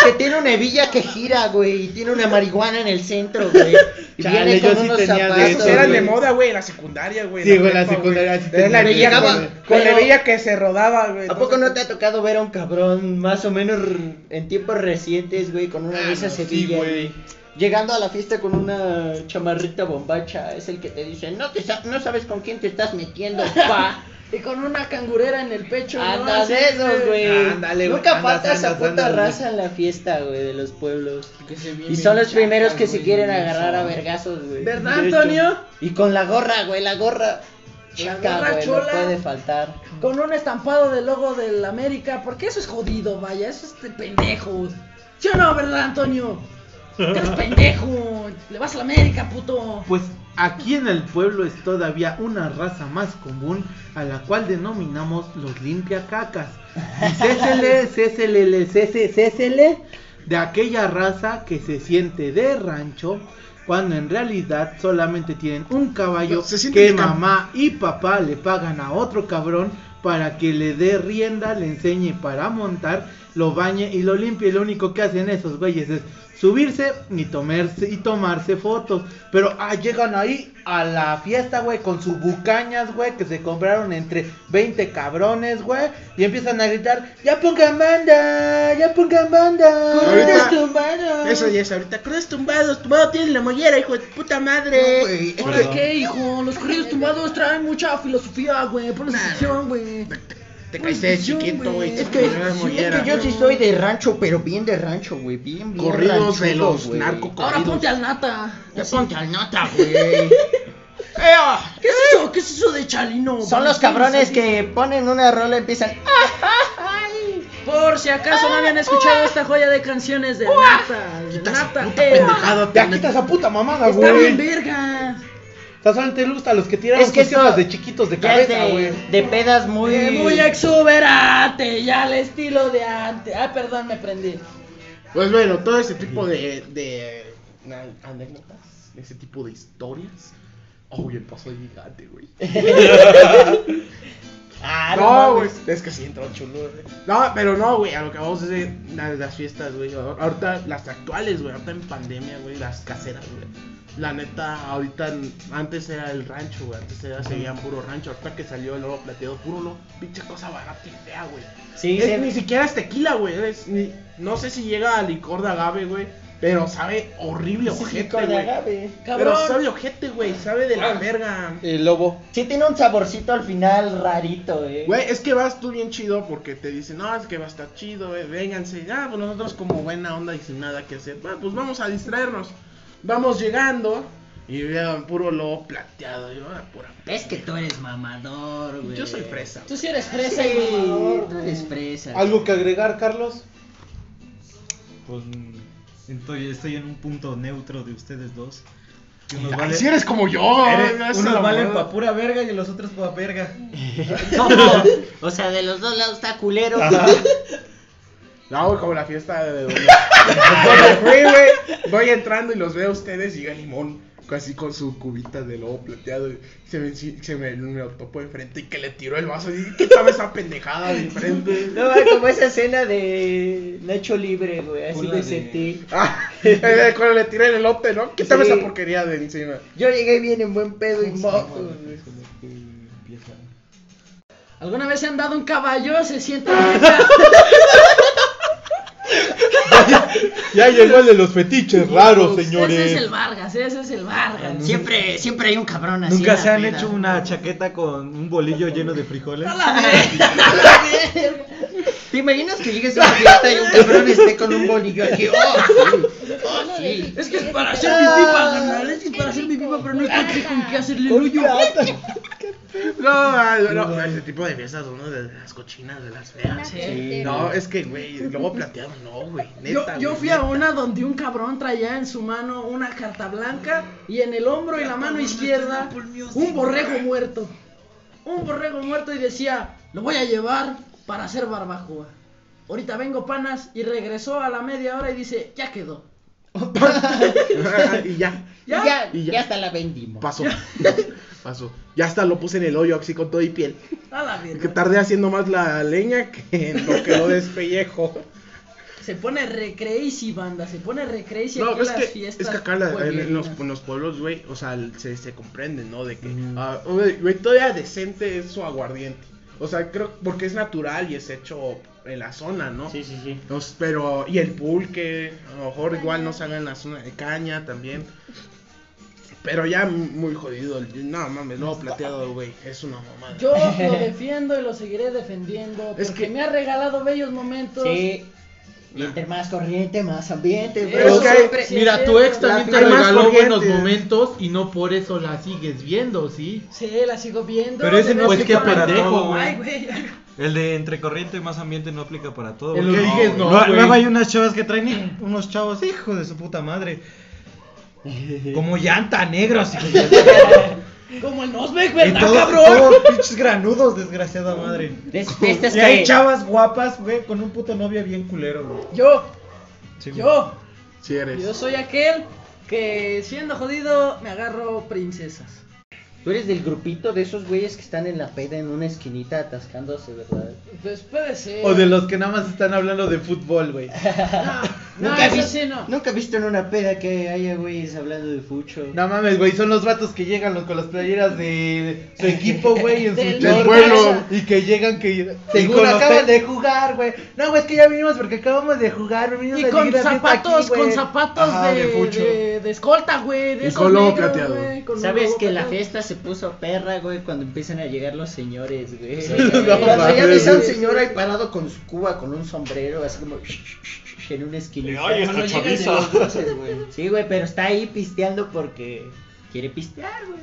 [SPEAKER 4] que tiene una hebilla que gira, güey, y tiene una marihuana en el centro, güey. Y
[SPEAKER 1] Chale,
[SPEAKER 4] viene
[SPEAKER 1] yo
[SPEAKER 4] con
[SPEAKER 1] sí
[SPEAKER 4] unos
[SPEAKER 1] tenía de
[SPEAKER 4] zapatos.
[SPEAKER 1] esos,
[SPEAKER 2] Esos eran
[SPEAKER 1] güey.
[SPEAKER 2] de moda, güey, en la secundaria, güey.
[SPEAKER 1] Sí, güey, en la
[SPEAKER 2] prepa,
[SPEAKER 1] secundaría sí
[SPEAKER 2] Era la
[SPEAKER 4] tenía.
[SPEAKER 2] hebilla
[SPEAKER 4] Llegaba,
[SPEAKER 2] con, con la
[SPEAKER 4] pero-
[SPEAKER 2] hebilla que se rodaba, güey.
[SPEAKER 4] ¿A poco no te ha tocado ver a un cabrón más o menos r- en tiempos recientes, güey, con
[SPEAKER 1] Ah,
[SPEAKER 4] una de esas hebillas, güey? Llegando a la fiesta con una chamarrita bombacha, es el que te dice, no, te sa- no sabes con quién te estás metiendo, pa.
[SPEAKER 3] Y con una cangurera en el pecho. ¿no?
[SPEAKER 4] Andas
[SPEAKER 3] Así,
[SPEAKER 4] de esos, güey.
[SPEAKER 1] Ándale, güey,
[SPEAKER 4] Nunca
[SPEAKER 1] andas,
[SPEAKER 4] falta esa
[SPEAKER 1] andas,
[SPEAKER 4] puta
[SPEAKER 1] andas,
[SPEAKER 4] raza en la fiesta, güey, de los pueblos. Y son los primeros que se quieren agarrar a vergazos, güey.
[SPEAKER 3] ¿Verdad, Antonio?
[SPEAKER 4] Y con la gorra, güey, la gorra.
[SPEAKER 3] La
[SPEAKER 4] Chaca,
[SPEAKER 3] gorra
[SPEAKER 4] güey,
[SPEAKER 3] chola.
[SPEAKER 4] no puede faltar.
[SPEAKER 3] con un estampado del logo del América, porque eso es jodido, vaya, eso es de pendejos. ¿Sí o no, verdad, Antonio? Eres pendejo, le vas a la América, puto.
[SPEAKER 1] Pues aquí en el pueblo es todavía una raza más común a la cual denominamos los limpiacacas. Y césele, césele, césele, césele de aquella raza que se siente de rancho cuando en realidad solamente tienen un caballo
[SPEAKER 2] No, se siente
[SPEAKER 1] que
[SPEAKER 2] de campo.
[SPEAKER 1] mamá y papá le pagan a otro cabrón para que le dé rienda, le enseñe para montar, lo bañe y lo limpie. Lo único que hacen esos güeyes es subirse y tomarse y tomarse fotos. Pero ah, llegan ahí a la fiesta, güey, con sus bucañas, güey, que se compraron entre 20 cabrones, güey, y empiezan a gritar, "Ya pongan banda, ya pongan banda."
[SPEAKER 2] Ahorita-
[SPEAKER 4] tumbados.
[SPEAKER 2] Eso ya es ahorita. Cruces tumbados, tumbado tienes la mollera, hijo de tu puta madre.
[SPEAKER 3] ¿Ahora qué, hijo? Los corridos tumbados traen mucha filosofía, güey. Ponle atención, güey.
[SPEAKER 2] Te caíste de chiquito, güey. te
[SPEAKER 4] Es que,
[SPEAKER 2] pusieron la
[SPEAKER 4] sí,
[SPEAKER 2] mollera,
[SPEAKER 4] es que yo
[SPEAKER 2] güey.
[SPEAKER 4] sí soy de rancho, pero bien de rancho, güey. Bien, bien
[SPEAKER 2] Corridos de
[SPEAKER 4] ranchudo,
[SPEAKER 2] los
[SPEAKER 4] güey.
[SPEAKER 2] narco-
[SPEAKER 3] Ahora
[SPEAKER 2] Corridos.
[SPEAKER 3] ponte al nata.
[SPEAKER 4] Ya ponte al nota, güey.
[SPEAKER 3] ¿Qué es eso? ¿Qué es eso de Chalino?
[SPEAKER 4] Son los cabrones que ponen una rola y empiezan. "Ah,
[SPEAKER 3] Por si acaso no habían
[SPEAKER 4] ah.
[SPEAKER 3] escuchado esta joya de canciones de Nata. De
[SPEAKER 2] Puta,
[SPEAKER 3] Nata,
[SPEAKER 2] puta
[SPEAKER 3] eh.
[SPEAKER 2] pendejada,
[SPEAKER 1] Te
[SPEAKER 2] te-
[SPEAKER 1] quitas esa puta mamada,
[SPEAKER 3] Está bien
[SPEAKER 1] güey.
[SPEAKER 3] verga.
[SPEAKER 1] sea, solamente le gusta a los que tiraron
[SPEAKER 4] Es que
[SPEAKER 1] sus hijas
[SPEAKER 4] eso
[SPEAKER 1] de chiquitos de
[SPEAKER 4] Ya es
[SPEAKER 1] cabeza, güey.
[SPEAKER 4] de, de pedas muy.
[SPEAKER 3] Eh, Muy exuberante, ya al estilo de antes. Ah, perdón, me prendí.
[SPEAKER 2] Pues bueno, todo ese tipo de, de na- anécdotas, ese tipo de historias. Uy, el paso de gigante, güey.
[SPEAKER 4] Ah,
[SPEAKER 2] no,
[SPEAKER 4] mames.
[SPEAKER 2] güey. Es que sí entró chulo, güey. No, pero no, güey. A lo que vamos es de la- de las fiestas, güey. Ahor- Ahorita las actuales, güey. Ahorita en pandemia, güey. Las caseras, güey. La neta, ahorita n- antes era el rancho, güey. Antes era, seguían puro rancho. Ahorita que salió el oro plateado puro, lo, pinche cosa barata y fea, güey.
[SPEAKER 4] Sí,
[SPEAKER 2] Es-
[SPEAKER 4] se-
[SPEAKER 2] Ni siquiera es tequila, güey. es ni- no sé si llega a licor de agave, güey. Pero sabe horrible,
[SPEAKER 4] sí,
[SPEAKER 2] ojete,
[SPEAKER 4] con
[SPEAKER 2] güey.
[SPEAKER 4] agave.
[SPEAKER 2] Pero
[SPEAKER 3] Cabrón.
[SPEAKER 2] sabe ojete, güey. Sabe de la verga.
[SPEAKER 1] El lobo.
[SPEAKER 4] Sí tiene un saborcito al final rarito, eh.
[SPEAKER 2] Güey, es que vas tú bien chido porque te dicen, no, es que va a estar chido, eh, vénganse. Ah, pues nosotros como buena onda y sin nada que hacer, bueno, pues vamos a distraernos. Vamos llegando y vean puro lobo plateado, yo, ah, pura
[SPEAKER 4] Es que tú eres mamador,
[SPEAKER 2] p-
[SPEAKER 4] güey.
[SPEAKER 2] Yo soy fresa.
[SPEAKER 3] Tú sí eres fresa
[SPEAKER 4] Fresa
[SPEAKER 3] y mamador,
[SPEAKER 4] tú
[SPEAKER 3] güey.
[SPEAKER 4] eres fresa.
[SPEAKER 1] ¿Algo que agregar, Carlos?
[SPEAKER 5] Pues mm, estoy, estoy en un punto neutro de ustedes dos. Que unos
[SPEAKER 2] Ay,
[SPEAKER 5] valen,
[SPEAKER 2] si eres como yo,
[SPEAKER 5] eres-
[SPEAKER 2] eh, esa
[SPEAKER 5] unos valen
[SPEAKER 2] mamada.
[SPEAKER 5] pa' pura verga y los otros pa' verga.
[SPEAKER 4] No, o sea, de los dos lados está culero.
[SPEAKER 2] No, güey, como la fiesta de donde, donde fui, güey. Voy entrando y los veo a ustedes y llega Limón, así con su cubita de lobo plateado. y se me, enci- se me, me lo topo enfrente y que le tiró el vaso. Y dije, ¿qué sabe esa pendejada de enfrente?
[SPEAKER 4] No, güey, como esa escena de Nacho Libre, güey, así
[SPEAKER 7] Con la
[SPEAKER 4] me
[SPEAKER 7] de-
[SPEAKER 4] sentí.
[SPEAKER 2] Ah, eh, cuando le tiré el elote, ¿no? Quítame
[SPEAKER 4] Sí.
[SPEAKER 2] esa porquería de encima.
[SPEAKER 4] Yo llegué bien en buen pedo y mojo, güey.
[SPEAKER 3] ¿Alguna vez se han dado un caballo? Se sientan acá.
[SPEAKER 1] Ya llegó el de los fetiches raros, señores.
[SPEAKER 3] Ese es el Vargas, ese es el Vargas.
[SPEAKER 4] Siempre, siempre hay un cabrón así.
[SPEAKER 5] Nunca
[SPEAKER 4] en la
[SPEAKER 5] se han
[SPEAKER 4] peda.
[SPEAKER 5] hecho una chaqueta con un bolillo lleno de frijoles.
[SPEAKER 4] ¿Te imaginas que llegues a una fiesta y un cabrón esté con un bolillo aquí? ¡Oh, sí! ¡Oh, sí!
[SPEAKER 3] Es que es para hacer mi pipa, carnal. Es que es para hacer mi pipa, pero no encontré con qué hacerle el hoyo.
[SPEAKER 2] No, ah, no, no, ese tipo de fiestas, uno de las cochinas, de las feas.
[SPEAKER 4] Sí.
[SPEAKER 2] No, es que, güey, el lobo plateado, no, güey.
[SPEAKER 3] Yo,
[SPEAKER 2] Neta,
[SPEAKER 3] yo
[SPEAKER 2] güey,
[SPEAKER 3] fui a
[SPEAKER 2] neta.
[SPEAKER 3] una donde un cabrón traía en su mano una carta blanca y en el hombro y la mano izquierda un borrego muerto. Un borrego muerto y decía, lo voy a llevar para hacer barbacoa. Ahorita vengo panas y regresó a la media hora y dice, ya quedó.
[SPEAKER 2] y ya,
[SPEAKER 3] Ya,
[SPEAKER 4] Ya,
[SPEAKER 2] Y ya.
[SPEAKER 4] ya hasta la vendimos.
[SPEAKER 2] pasó. pasó. Ya hasta lo puse en el hoyo, así con todo y piel.
[SPEAKER 3] a la
[SPEAKER 2] Que
[SPEAKER 3] verga.
[SPEAKER 2] tardé haciendo más la leña que en lo que lo despellejo.
[SPEAKER 3] Se pone re crazy, banda, se pone re crazy
[SPEAKER 2] No,
[SPEAKER 3] aquí
[SPEAKER 2] es
[SPEAKER 3] las
[SPEAKER 2] que, es
[SPEAKER 3] fiestas
[SPEAKER 2] que acá la- en, en los,
[SPEAKER 3] pueblerinas.
[SPEAKER 2] en los pueblos, güey, o sea, el- se, se comprende, ¿no? De que, ah, güey, güey, todavía decente es su aguardiente. O sea, creo, porque es natural y es hecho en la zona, ¿no?
[SPEAKER 6] Sí, sí, sí.
[SPEAKER 2] Los- pero, y el pulque, a lo mejor igual no salga en la zona de caña también. Pero ya muy jodido, el- no mames, no plateado, güey, es una mamada.
[SPEAKER 3] Yo lo defiendo y lo seguiré defendiendo.
[SPEAKER 2] Es
[SPEAKER 3] porque
[SPEAKER 2] que-
[SPEAKER 3] me ha regalado bellos momentos.
[SPEAKER 4] Sí. Y entre más corriente, más ambiente, güey.
[SPEAKER 2] Pero es que hay-
[SPEAKER 3] siempre-
[SPEAKER 1] Mira, tu ex
[SPEAKER 3] siempre-
[SPEAKER 1] también te
[SPEAKER 2] Hay más
[SPEAKER 1] regaló buenos
[SPEAKER 2] corrientes.
[SPEAKER 1] momentos y no por eso la sigues viendo, ¿sí?
[SPEAKER 3] Sí, la sigo viendo.
[SPEAKER 5] Pero ese
[SPEAKER 3] de
[SPEAKER 5] no
[SPEAKER 3] vez
[SPEAKER 5] aplica
[SPEAKER 3] en cuando.
[SPEAKER 5] para todo,
[SPEAKER 3] Ay, güey.
[SPEAKER 5] El de entre corriente y más ambiente no aplica para todo.
[SPEAKER 1] El
[SPEAKER 5] porque-
[SPEAKER 1] origen
[SPEAKER 5] güey.
[SPEAKER 1] no,
[SPEAKER 5] Luego-
[SPEAKER 1] güey.
[SPEAKER 5] Luego hay unas chavas que traen unos chavos, hijo de su puta madre. Como llanta negro, así
[SPEAKER 3] Como el Nosbeck,
[SPEAKER 5] Y
[SPEAKER 3] ¿verdad,
[SPEAKER 5] todos,
[SPEAKER 3] Ah, cabrón?
[SPEAKER 5] todos pinches granudos, desgraciada madre.
[SPEAKER 4] De, de estas
[SPEAKER 5] Y hay
[SPEAKER 4] que-
[SPEAKER 5] chavas guapas, güey, con un puto novio bien culero, güey.
[SPEAKER 3] Yo,
[SPEAKER 5] Sí,
[SPEAKER 3] yo,
[SPEAKER 2] Si eres.
[SPEAKER 3] yo soy aquel que siendo jodido me agarro princesas.
[SPEAKER 4] Tú eres del grupito de esos güeyes que están en la peda en una esquinita atascándose, ¿verdad?
[SPEAKER 3] Pues puede ser.
[SPEAKER 1] O de los que nada más están hablando de fútbol, güey.
[SPEAKER 3] No,
[SPEAKER 4] Nunca he
[SPEAKER 3] eso
[SPEAKER 4] vis-
[SPEAKER 3] sí no.
[SPEAKER 4] Nunca he visto en una peda que haya güeyes hablando de fucho.
[SPEAKER 1] No mames, güey, son los vatos que llegan los- con las playeras de su equipo, güey, en su
[SPEAKER 3] Del
[SPEAKER 1] short,
[SPEAKER 2] pueblo.
[SPEAKER 1] güey, Y que llegan que...
[SPEAKER 4] con
[SPEAKER 1] Según
[SPEAKER 4] los
[SPEAKER 1] acaban
[SPEAKER 4] pe-
[SPEAKER 1] de jugar, güey. No, güey, es que ya vinimos porque acabamos de jugar. vinimos
[SPEAKER 3] Y
[SPEAKER 1] a
[SPEAKER 3] con
[SPEAKER 1] vivir la fiesta
[SPEAKER 3] zapatos,
[SPEAKER 1] aquí,
[SPEAKER 3] con
[SPEAKER 1] güey.
[SPEAKER 3] zapatos
[SPEAKER 1] Ajá,
[SPEAKER 3] de,
[SPEAKER 1] fucho.
[SPEAKER 3] de, de escolta, güey. De
[SPEAKER 2] Y
[SPEAKER 3] esos
[SPEAKER 2] con lobo
[SPEAKER 3] negros,
[SPEAKER 2] plateado.
[SPEAKER 3] güey, con un
[SPEAKER 4] ¿Sabes
[SPEAKER 3] lobo
[SPEAKER 4] que la
[SPEAKER 3] plateado?
[SPEAKER 4] fiesta se puso perra, güey, cuando empiezan a llegar los señores, güey?
[SPEAKER 3] No
[SPEAKER 4] cuando ya
[SPEAKER 3] mames,
[SPEAKER 4] ves a un
[SPEAKER 3] güey.
[SPEAKER 4] señor ahí parado con su cuba, con un sombrero, así como en una esquinita.
[SPEAKER 6] esta chaviza.
[SPEAKER 4] Sí, güey, pero está ahí pisteando porque quiere pistear, güey.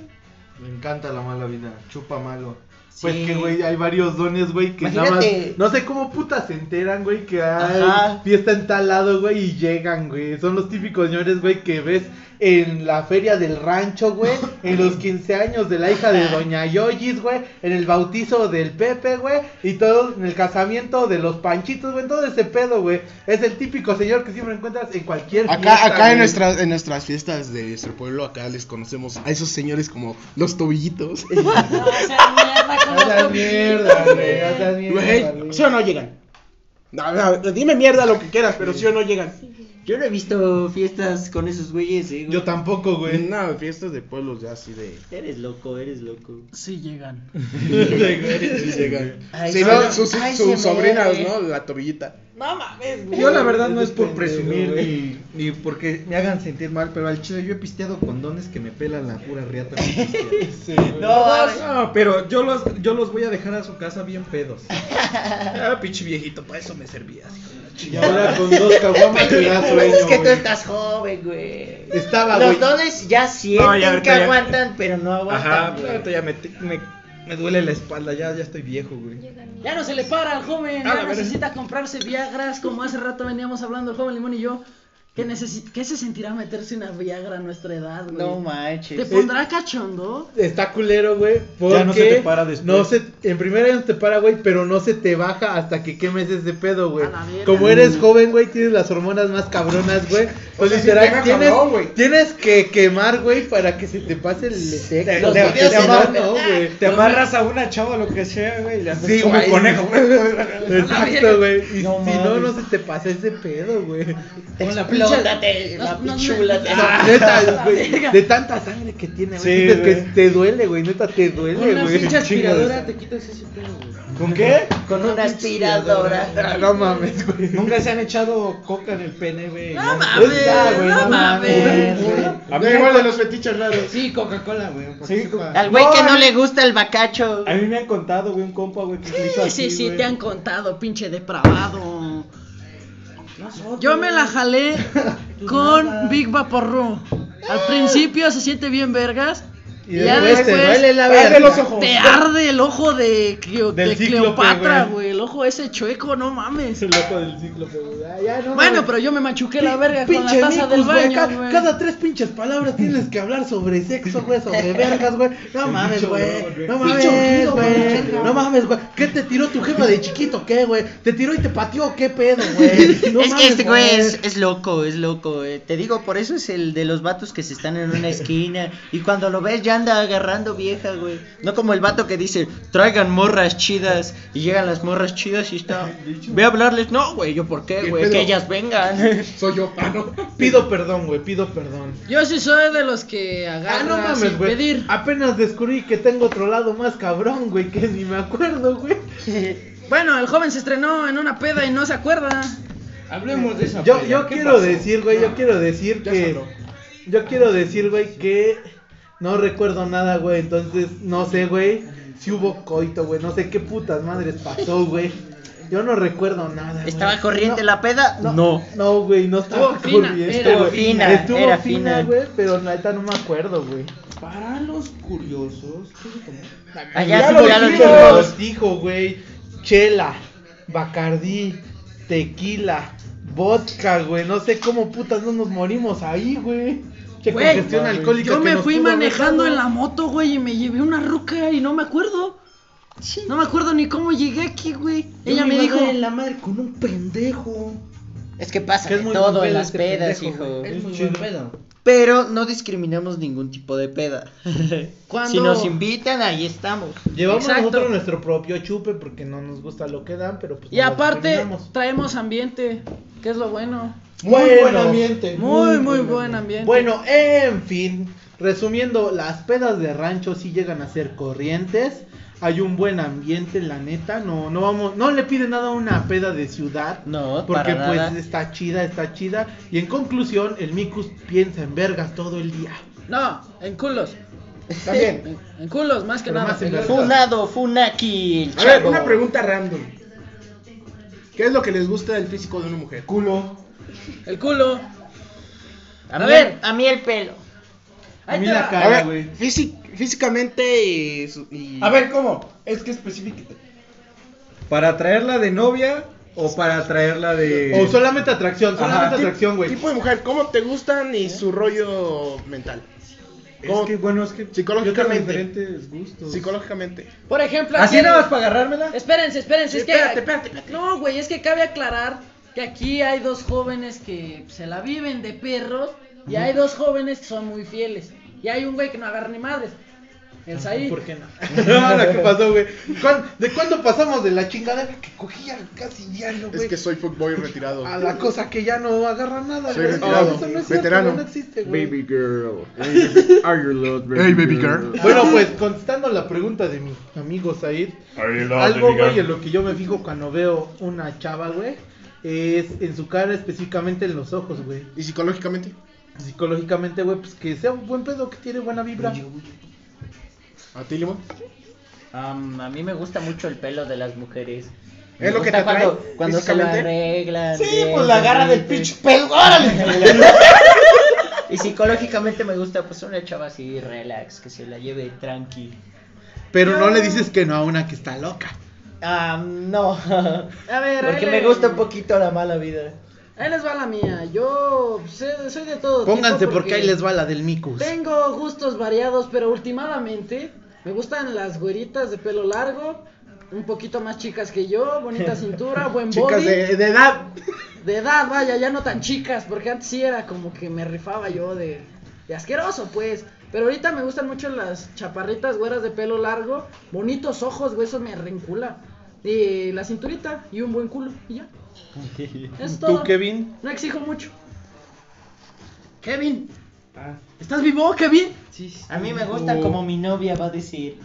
[SPEAKER 5] Me encanta la mala vida, chupa malo.
[SPEAKER 1] Pues que, güey, hay varios dones, güey, que nada
[SPEAKER 4] Imagínate.
[SPEAKER 1] más. No sé cómo putas se enteran, güey, que hay
[SPEAKER 4] Ajá.
[SPEAKER 1] fiesta en tal lado, güey, y llegan, güey. Son los típicos señores, güey, que ves en la feria del rancho, güey, en los 15 años de la hija de Doña Yoyis, güey, en el bautizo del Pepe, güey, y todo en el casamiento de los panchitos, güey, en todo ese pedo, güey. Es el típico señor que siempre encuentras en cualquier
[SPEAKER 2] Acá, acá en,
[SPEAKER 1] nuestra
[SPEAKER 2] nuestras, en nuestras fiestas de nuestro pueblo, acá les conocemos a esos señores como los tobillitos.
[SPEAKER 3] No, o sea, mierda, con los
[SPEAKER 1] Haz la
[SPEAKER 3] tobillitos,
[SPEAKER 1] mierda, güey, haz la
[SPEAKER 3] güey.
[SPEAKER 1] mierda,
[SPEAKER 2] Güey, ¿sí o no llegan? No, no, dime mierda lo que quieras, pero sí o no llegan.
[SPEAKER 4] Yo no he visto fiestas con esos güeyes, eh, güey.
[SPEAKER 1] Yo tampoco, güey.
[SPEAKER 2] No, fiestas de pueblos ya así de...
[SPEAKER 4] Eres loco, eres loco.
[SPEAKER 3] Sí llegan.
[SPEAKER 2] Sí llegan.
[SPEAKER 4] Ay,
[SPEAKER 2] Sí,
[SPEAKER 4] no,
[SPEAKER 2] ¿no? sus,
[SPEAKER 4] ay,
[SPEAKER 2] sus
[SPEAKER 4] se me
[SPEAKER 2] sobrinas,
[SPEAKER 4] ve.
[SPEAKER 2] ¿no? La tobillita.
[SPEAKER 3] No mames, güey.
[SPEAKER 5] Yo la verdad no es por
[SPEAKER 1] Pendejo,
[SPEAKER 5] presumir ni, ni porque me hagan sentir mal, pero al chido yo he pisteado condones que me pelan la pura riata. con pistear. No, pero yo los, yo los voy a dejar a su casa bien pedos.
[SPEAKER 2] Ah, pinche viejito, para eso me servías. hijo de la
[SPEAKER 1] Y ahora con dos caguamas te da sueño,
[SPEAKER 4] es que tú
[SPEAKER 1] güey.
[SPEAKER 4] estás joven, güey.
[SPEAKER 1] Estaba,
[SPEAKER 4] Los
[SPEAKER 1] güey.
[SPEAKER 4] dones ya sienten
[SPEAKER 5] No, ya ahorita
[SPEAKER 4] que
[SPEAKER 5] ya-
[SPEAKER 4] aguantan, pero no aguantan.
[SPEAKER 5] Ajá, pues,
[SPEAKER 4] güey.
[SPEAKER 5] ahorita ya me, me, me duele la espalda, ya, ya estoy viejo, güey.
[SPEAKER 3] Ya no se le para al joven,
[SPEAKER 2] Ah,
[SPEAKER 3] ya
[SPEAKER 2] la verga.
[SPEAKER 3] necesita comprarse Viagras, como hace rato veníamos hablando el joven Limón y yo. ¿Qué, necesi- ¿Qué se sentirá meterse una Viagra a nuestra edad, güey?
[SPEAKER 4] No
[SPEAKER 3] ¿Te
[SPEAKER 4] manches.
[SPEAKER 3] pondrá cachondo?
[SPEAKER 1] Está culero, güey. Porque
[SPEAKER 5] Ya no se te para después.
[SPEAKER 1] no se- en primera ya no te para, güey, pero no se te baja hasta que quemes ese pedo, güey.
[SPEAKER 3] A la verga.
[SPEAKER 1] Como eres joven, güey, tienes las hormonas más cabronas, güey. Pues
[SPEAKER 2] sea, sí
[SPEAKER 1] literal,
[SPEAKER 2] pega
[SPEAKER 1] tienes,
[SPEAKER 2] cabrón, güey.
[SPEAKER 1] tienes que quemar, güey, para que se te pase el sexo.
[SPEAKER 4] Los
[SPEAKER 1] güey.
[SPEAKER 4] videos
[SPEAKER 1] Te
[SPEAKER 4] en
[SPEAKER 1] amar-
[SPEAKER 4] orden.
[SPEAKER 1] no, güey.
[SPEAKER 6] Te amarras a una chava, lo que sea, güey. Le haces
[SPEAKER 1] Sí,
[SPEAKER 6] como
[SPEAKER 1] güey.
[SPEAKER 6] conejo, güey.
[SPEAKER 1] Exacto, güey. Y
[SPEAKER 6] No
[SPEAKER 1] si no,
[SPEAKER 6] mames.
[SPEAKER 1] no se te pasa ese pedo, güey.
[SPEAKER 4] Explótate,
[SPEAKER 3] No,
[SPEAKER 4] papi
[SPEAKER 3] no, no.
[SPEAKER 4] chula.
[SPEAKER 1] No, neta, güey, de tanta sangre que tiene, güey.
[SPEAKER 6] Sí,
[SPEAKER 1] sientes que
[SPEAKER 6] güey.
[SPEAKER 1] te duele, güey. Neta, te duele,
[SPEAKER 3] Una
[SPEAKER 1] güey.
[SPEAKER 3] pinche aspiradora te
[SPEAKER 8] quitas ese pelo, güey.
[SPEAKER 6] ¿Con qué?
[SPEAKER 4] Con una aspiradora.
[SPEAKER 1] Ah, No mames, güey.
[SPEAKER 6] Nunca se han echado coca en el pene, güey.
[SPEAKER 3] No mames,
[SPEAKER 6] Ya, güey,
[SPEAKER 3] no mames.
[SPEAKER 2] A mí igual de los fetiches raros.
[SPEAKER 6] Sí, Coca-Cola, güey. Sí,
[SPEAKER 4] Al güey que no le gusta el bacacho.
[SPEAKER 6] A mí me han contado, güey, un compa, güey, que se hizo
[SPEAKER 3] Sí,
[SPEAKER 6] así,
[SPEAKER 3] sí, sí,
[SPEAKER 6] güey.
[SPEAKER 3] te han contado, pinche depravado. Yo me la jalé
[SPEAKER 6] Pues
[SPEAKER 3] con Big Vaporru. Al principio se siente bien vergas. Y ya después
[SPEAKER 1] te duele la
[SPEAKER 2] Abre
[SPEAKER 1] verga.
[SPEAKER 2] los ojos.
[SPEAKER 3] te arde el ojo de, Cleo-
[SPEAKER 5] Del
[SPEAKER 3] de
[SPEAKER 5] cíclope,
[SPEAKER 3] Cleopatra,
[SPEAKER 5] güey.
[SPEAKER 3] güey. El ojo ese chueco, no mames.
[SPEAKER 5] loco del cíclope, güey. Ay, ya, no.
[SPEAKER 3] Bueno, pero yo me machuqué la verga con la
[SPEAKER 1] Pinche
[SPEAKER 3] taza del
[SPEAKER 1] micos, güey,
[SPEAKER 3] baño,
[SPEAKER 1] ca-
[SPEAKER 3] güey.
[SPEAKER 1] Cada tres pinches palabras tienes que hablar sobre sexo, güey, sobre vergas, güey. No mames, güey. No mames, güey. No mames, güey. ¿Qué te tiró tu jefa de chiquito, qué, güey? ¿Te tiró y te pateó, qué pedo, güey? No
[SPEAKER 4] es que
[SPEAKER 1] mames,
[SPEAKER 4] este güey es, es loco, es loco. eh. Te digo, por eso es el de los vatos que se están en una esquina. Y cuando lo ves ya anda agarrando vieja, güey. No como el vato que dice, traigan morras chidas. Y llegan las morras chidas y está. Ve a hablarles. No, güey, yo por qué,
[SPEAKER 2] ¿Qué
[SPEAKER 4] güey.
[SPEAKER 2] pedo?
[SPEAKER 4] Que ellas vengan.
[SPEAKER 2] Soy yo, ah, no.
[SPEAKER 1] Pido perdón, güey, pido perdón.
[SPEAKER 3] Yo sí soy de los que
[SPEAKER 1] Ah,
[SPEAKER 3] agarran
[SPEAKER 1] no mames,
[SPEAKER 3] sin
[SPEAKER 1] güey.
[SPEAKER 3] pedir.
[SPEAKER 1] Apenas descubrí que tengo otro lado más cabrón, güey, que ni me acuerdo, güey.
[SPEAKER 3] Bueno, el joven se estrenó en una peda y no se acuerda.
[SPEAKER 6] Hablemos de esa
[SPEAKER 1] Yo,
[SPEAKER 6] pelea,
[SPEAKER 1] yo
[SPEAKER 6] Ah, pues, ¿qué
[SPEAKER 1] quiero
[SPEAKER 6] pasó?
[SPEAKER 1] decir, güey, yo quiero decir
[SPEAKER 2] Ya
[SPEAKER 1] que.
[SPEAKER 2] sonó.
[SPEAKER 1] Yo quiero decir, güey, que no recuerdo nada, güey. Entonces, no sé, güey, si hubo coito, güey. No sé qué putas madres pasó, güey. Yo no recuerdo nada. güey.
[SPEAKER 4] ¿Estaba corriente
[SPEAKER 1] No,
[SPEAKER 4] la peda?
[SPEAKER 1] No, no, güey, no estaba
[SPEAKER 3] Estuvo fina,
[SPEAKER 1] corriente,
[SPEAKER 3] era
[SPEAKER 1] güey.
[SPEAKER 4] fina,
[SPEAKER 1] Estuvo
[SPEAKER 4] era
[SPEAKER 1] fina,
[SPEAKER 4] fina.
[SPEAKER 1] güey, pero neta no me acuerdo, güey.
[SPEAKER 6] Para los curiosos, ¿qué se tomó?
[SPEAKER 4] Allá
[SPEAKER 1] Ya
[SPEAKER 4] ya
[SPEAKER 1] lo
[SPEAKER 4] ya lo
[SPEAKER 1] dijo,
[SPEAKER 4] dijimos.
[SPEAKER 1] los dijo, güey. Chela, Bacardí, tequila, vodka, güey. No sé cómo putas no nos morimos ahí, güey. Che,
[SPEAKER 3] Güey,
[SPEAKER 1] congestión alcohólica.
[SPEAKER 3] Yo
[SPEAKER 1] que
[SPEAKER 3] me
[SPEAKER 1] nos
[SPEAKER 3] fui
[SPEAKER 1] pudo haber
[SPEAKER 3] manejando
[SPEAKER 1] dado.
[SPEAKER 3] en la moto, güey, y me llevé una ruca y no me acuerdo. No me acuerdo ni cómo llegué aquí, güey. Ella me dijo,
[SPEAKER 6] la madre con un pendejo.
[SPEAKER 4] Es que pasa
[SPEAKER 1] Que es
[SPEAKER 4] de
[SPEAKER 1] muy buen
[SPEAKER 4] todo
[SPEAKER 1] pedo
[SPEAKER 4] en las
[SPEAKER 1] este
[SPEAKER 4] pedas,
[SPEAKER 1] pendejo,
[SPEAKER 4] hijo.
[SPEAKER 1] güey.
[SPEAKER 6] Es muy
[SPEAKER 1] chido.
[SPEAKER 6] buen pedo.
[SPEAKER 4] Pero no discriminamos ningún tipo de peda. Si
[SPEAKER 3] Cuando-
[SPEAKER 4] nos invitan, ahí estamos.
[SPEAKER 1] Llevamos
[SPEAKER 3] Exacto.
[SPEAKER 1] nosotros nuestro propio chupe porque no nos gusta lo que dan, pero pues.
[SPEAKER 3] y
[SPEAKER 1] no lo
[SPEAKER 3] aparte
[SPEAKER 1] terminamos.
[SPEAKER 3] traemos ambiente, que es lo bueno.
[SPEAKER 1] Muy buen ambiente.
[SPEAKER 3] Muy, muy buen ambiente.
[SPEAKER 1] Bueno, en fin, resumiendo, las pedas de rancho sí llegan a ser corrientes. Hay un buen ambiente, la neta. No, no vamos, no le pide nada a una peda de ciudad.
[SPEAKER 4] No,
[SPEAKER 1] Porque
[SPEAKER 4] para
[SPEAKER 1] pues
[SPEAKER 4] nada.
[SPEAKER 1] está chida, está chida. Y en conclusión, el Mikus piensa en vergas todo el día.
[SPEAKER 3] No, en culos.
[SPEAKER 2] También.
[SPEAKER 3] En, en culos, más que
[SPEAKER 1] Pero
[SPEAKER 3] nada.
[SPEAKER 1] más en vergas.
[SPEAKER 4] Funado, funaki. el
[SPEAKER 2] A ver,
[SPEAKER 4] chavo.
[SPEAKER 2] una pregunta random. ¿Qué es lo que les gusta del físico de una mujer?
[SPEAKER 6] Culo.
[SPEAKER 3] El culo.
[SPEAKER 4] A,
[SPEAKER 3] A
[SPEAKER 4] mí,
[SPEAKER 3] ver.
[SPEAKER 4] a mí el pelo.
[SPEAKER 1] A mí
[SPEAKER 3] te
[SPEAKER 1] la
[SPEAKER 3] va.
[SPEAKER 2] A
[SPEAKER 1] cara, güey.
[SPEAKER 2] ver, físi- físicamente y, su- y-
[SPEAKER 6] A ver, ¿cómo? Es que específicamente.
[SPEAKER 5] ¿Para traerla de novia o para traerla de.?
[SPEAKER 1] O solamente atracción, solamente
[SPEAKER 5] Ajá.
[SPEAKER 1] atracción, güey.
[SPEAKER 2] Tipo de mujer, ¿cómo te gustan y su rollo mental?
[SPEAKER 5] Es
[SPEAKER 2] ¿Cómo-
[SPEAKER 5] que bueno, es que.
[SPEAKER 2] Psicológicamente.
[SPEAKER 5] yo tengo diferentes
[SPEAKER 2] pues,
[SPEAKER 5] gustos.
[SPEAKER 2] Psicológicamente.
[SPEAKER 3] Por ejemplo,
[SPEAKER 5] ¿Así
[SPEAKER 3] aquí-
[SPEAKER 5] nada más para agarrármela?
[SPEAKER 3] Espérense, espérense, es que.
[SPEAKER 2] Espérate, espérate, espérate.
[SPEAKER 3] No, güey, es que cabe aclarar que aquí hay dos jóvenes que se la viven de perros y hay dos jóvenes que son muy fieles. Y hay un güey que no agarra ni madres. El Said.
[SPEAKER 8] ¿Por qué no?
[SPEAKER 1] Ahora, ¿Qué pasó, güey? ¿Cuán- ¿De cuándo pasamos de la chingadera que cogía casi diario, güey?
[SPEAKER 2] Es que soy fuckboy retirado.
[SPEAKER 1] A la cosa que ya no agarra nada,
[SPEAKER 2] Soy
[SPEAKER 1] güey.
[SPEAKER 2] retirado,
[SPEAKER 1] eso no es
[SPEAKER 2] veterano.
[SPEAKER 1] cierto, no existe, güey.
[SPEAKER 5] girl. Hey, Are you loved,
[SPEAKER 2] Hey, baby girl.
[SPEAKER 1] Bueno, pues contestando la pregunta de mi amigo Said, algo, güey, en lo que yo me fijo cuando veo una chava, güey, es en su cara, específicamente en los ojos, güey.
[SPEAKER 2] ¿Y psicológicamente?
[SPEAKER 1] Psicológicamente, güey, pues que sea un buen pedo, que tiene buena vibra.
[SPEAKER 2] ¿A ti, Limón?
[SPEAKER 4] Am, a mí me gusta mucho el pelo de las mujeres.
[SPEAKER 2] Es
[SPEAKER 4] Me
[SPEAKER 2] lo que
[SPEAKER 4] gusta
[SPEAKER 2] te atrae
[SPEAKER 4] cuando, cuando se lo
[SPEAKER 2] físicamente.
[SPEAKER 4] arreglan.
[SPEAKER 6] Sí,
[SPEAKER 4] bien,
[SPEAKER 6] pues la agarra del
[SPEAKER 4] bonito.
[SPEAKER 6] pinche pelo. ¡Órale!
[SPEAKER 4] Y psicológicamente me gusta pues una chava así relax, que se la lleve tranqui.
[SPEAKER 1] Pero no le dices que no a una que está loca.
[SPEAKER 4] Ah, no.
[SPEAKER 3] A ver,
[SPEAKER 4] Porque
[SPEAKER 3] ahí
[SPEAKER 4] me
[SPEAKER 3] le-
[SPEAKER 4] gusta un poquito la mala vida.
[SPEAKER 3] Ahí les va la mía. Yo sé- soy de todo. tipo
[SPEAKER 1] Pónganse porque ahí les va la del Micus.
[SPEAKER 3] Tengo gustos variados, pero últimamente me gustan las güeritas de pelo largo, un poquito más chicas que yo, bonita cintura, buen
[SPEAKER 2] Chicas
[SPEAKER 3] body.
[SPEAKER 2] de, de edad.
[SPEAKER 3] De edad, vaya, ya no tan chicas, porque antes sí era como que me rifaba yo de, de asqueroso, pues. Pero ahorita me gustan mucho las chaparritas güeras de pelo largo, bonitos ojos, güey, eso me rencula. Y la cinturita y un buen culo, y ya. Es todo.
[SPEAKER 1] ¿Tú, Kevin?
[SPEAKER 3] No exijo mucho. Kevin. ¿Estás vivo, Kevin?
[SPEAKER 8] Sí, sí.
[SPEAKER 4] A mí me gusta como mi novia va a decir.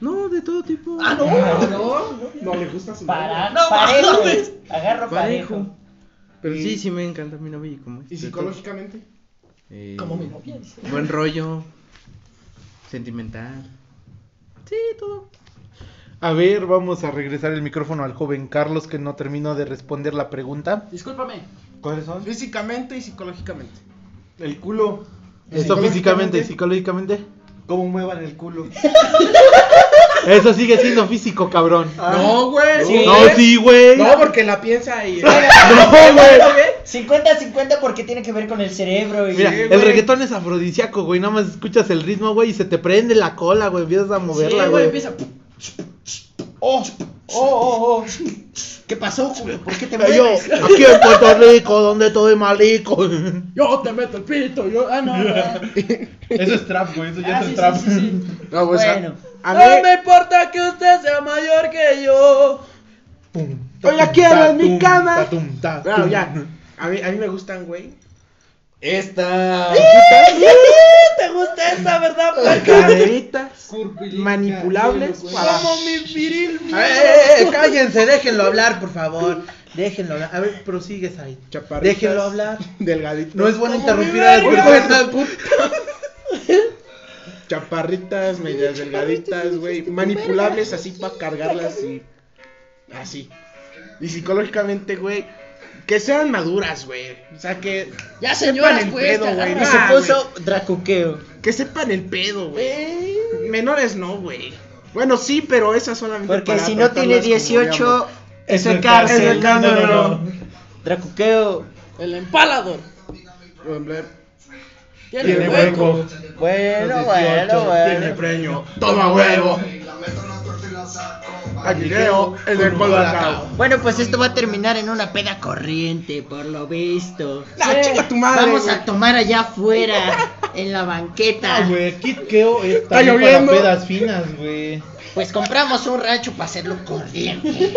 [SPEAKER 8] No, de todo tipo.
[SPEAKER 3] Ah, no.
[SPEAKER 2] No le gusta su
[SPEAKER 4] Para,
[SPEAKER 3] No
[SPEAKER 4] parejo.
[SPEAKER 3] mames.
[SPEAKER 4] Agarro
[SPEAKER 8] Parejo.
[SPEAKER 4] parejo.
[SPEAKER 8] Pero sí, sí me encanta mi novia y como
[SPEAKER 2] ¿Y
[SPEAKER 8] es de
[SPEAKER 2] psicológicamente?
[SPEAKER 8] todo.
[SPEAKER 3] Como mi novia, dice.
[SPEAKER 8] Buen rollo. Sentimental. Sí, todo.
[SPEAKER 1] A ver, vamos a regresar el micrófono al joven Carlos que no terminó de responder la pregunta.
[SPEAKER 3] Discúlpame.
[SPEAKER 5] ¿Cuáles son?
[SPEAKER 2] Físicamente y psicológicamente.
[SPEAKER 5] El culo.
[SPEAKER 1] Esto físicamente y psicológicamente.
[SPEAKER 5] ¿Cómo muevan el culo?
[SPEAKER 1] Eso sigue siendo físico, cabrón.
[SPEAKER 2] No, güey.
[SPEAKER 4] Sí.
[SPEAKER 1] No, sí, güey.
[SPEAKER 2] ¿Eh? No, porque la piensa y.
[SPEAKER 1] No, güey.
[SPEAKER 4] 50-50 porque tiene que ver con el cerebro y
[SPEAKER 1] Mira,
[SPEAKER 2] Sí,
[SPEAKER 1] el
[SPEAKER 2] güey.
[SPEAKER 1] reggaetón es afrodisíaco, güey. Nada más escuchas el ritmo, güey, y se te prende la cola, güey. Empiezas a moverla,
[SPEAKER 3] Sí,
[SPEAKER 1] güey.
[SPEAKER 3] empieza.
[SPEAKER 4] Oh, oh, oh. ¿Qué pasó, Julio? ¿Por qué te
[SPEAKER 1] Yo,
[SPEAKER 4] mueves?
[SPEAKER 1] aquí en Puerto Rico, donde todo es malico.
[SPEAKER 3] Yo te meto el pito, yo. Ah, no. no.
[SPEAKER 5] Eso es trap, güey. Eso
[SPEAKER 3] Ah, sí, sí, sí, sí.
[SPEAKER 2] No, pues,
[SPEAKER 4] Bueno.
[SPEAKER 2] a, a
[SPEAKER 1] Eh.
[SPEAKER 3] No
[SPEAKER 2] mí.
[SPEAKER 3] me importa que usted sea mayor que yo.
[SPEAKER 2] Hoy la quiero en mi cama.
[SPEAKER 1] Tatum, tatum.
[SPEAKER 2] Claro, ya. A mí, a mí me gustan, güey. Esta.
[SPEAKER 3] ¿Te gusta esta, verdad?
[SPEAKER 2] Caderitas. Manipulables.
[SPEAKER 3] Como mi viril.
[SPEAKER 1] A ver, eh, eh, cállense, déjenlo hablar, por favor. Déjenlo hablar. A ver, prosigues ahí.
[SPEAKER 2] Chaparritas.
[SPEAKER 1] Déjenlo hablar.
[SPEAKER 2] Delgaditas.
[SPEAKER 1] No es bueno
[SPEAKER 3] Como
[SPEAKER 1] interrumpir
[SPEAKER 3] mi
[SPEAKER 1] a las
[SPEAKER 3] verga.
[SPEAKER 1] personas.
[SPEAKER 2] Chaparritas, medias delgaditas, güey. Manipulables así para cargarlas y. Así. Y psicológicamente, güey. Que sean maduras, güey. O sea, que.
[SPEAKER 3] Ya
[SPEAKER 2] Sepan
[SPEAKER 3] señoras,
[SPEAKER 2] el
[SPEAKER 3] pues.
[SPEAKER 2] pedo, güey.
[SPEAKER 4] Y
[SPEAKER 2] Ah,
[SPEAKER 4] se
[SPEAKER 2] güey.
[SPEAKER 4] puso dracuqueo.
[SPEAKER 2] Que sepan el pedo, güey. Menores no, güey. Bueno, sí, pero esas solamente.
[SPEAKER 4] Porque
[SPEAKER 2] para
[SPEAKER 4] si no tiene
[SPEAKER 2] tratarlas como diablos.
[SPEAKER 4] 18, eso es
[SPEAKER 2] cárcel.
[SPEAKER 4] cárcel.
[SPEAKER 2] No, no, no.
[SPEAKER 4] Dracuqueo.
[SPEAKER 3] El empalador. Tiene,
[SPEAKER 2] Tiene
[SPEAKER 3] hueco.
[SPEAKER 2] hueco.
[SPEAKER 4] Bueno,
[SPEAKER 2] 18,
[SPEAKER 4] bueno,
[SPEAKER 2] Tiene
[SPEAKER 4] bueno.
[SPEAKER 2] premio. Toma huevo. Aquí creo. El del polvo de acá.
[SPEAKER 4] Bueno, pues esto va a terminar en una peda corriente, por lo visto.
[SPEAKER 2] La chica Ah, tu madre.
[SPEAKER 4] Vamos
[SPEAKER 2] güey.
[SPEAKER 4] a tomar allá afuera, en la
[SPEAKER 3] Ah,
[SPEAKER 4] banqueta.
[SPEAKER 1] güey, Kit Keo
[SPEAKER 2] Está bien para lloviendo. pedas
[SPEAKER 1] finas, güey.
[SPEAKER 4] Pues compramos un rancho para hacerlo corriente.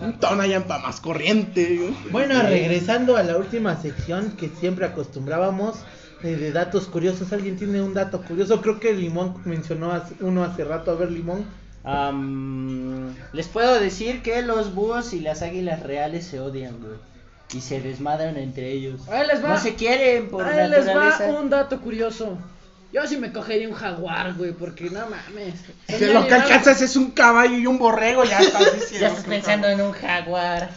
[SPEAKER 2] Un Tonayan pa' más corriente. güey.
[SPEAKER 1] Bueno, regresando a la última sección que siempre acostumbrábamos eh, de datos curiosos. ¿Alguien tiene un dato curioso? Creo que Limón mencionó hace- uno hace rato. A ver, Limón.
[SPEAKER 4] Am, les puedo decir que los búhos y las águilas reales se odian, güey. Y se desmadran entre ellos.
[SPEAKER 3] Ahí les va.
[SPEAKER 4] No se quieren por
[SPEAKER 3] Ahí les va
[SPEAKER 4] naturaleza.
[SPEAKER 3] un dato curioso. Yo sí me cogería un jaguar, güey, porque no mames. Son
[SPEAKER 2] Que lo que
[SPEAKER 3] animales-
[SPEAKER 2] alcanzas es un caballo y un borrego. Ya estás diciendo.
[SPEAKER 4] Ya estás pensando en un jaguar.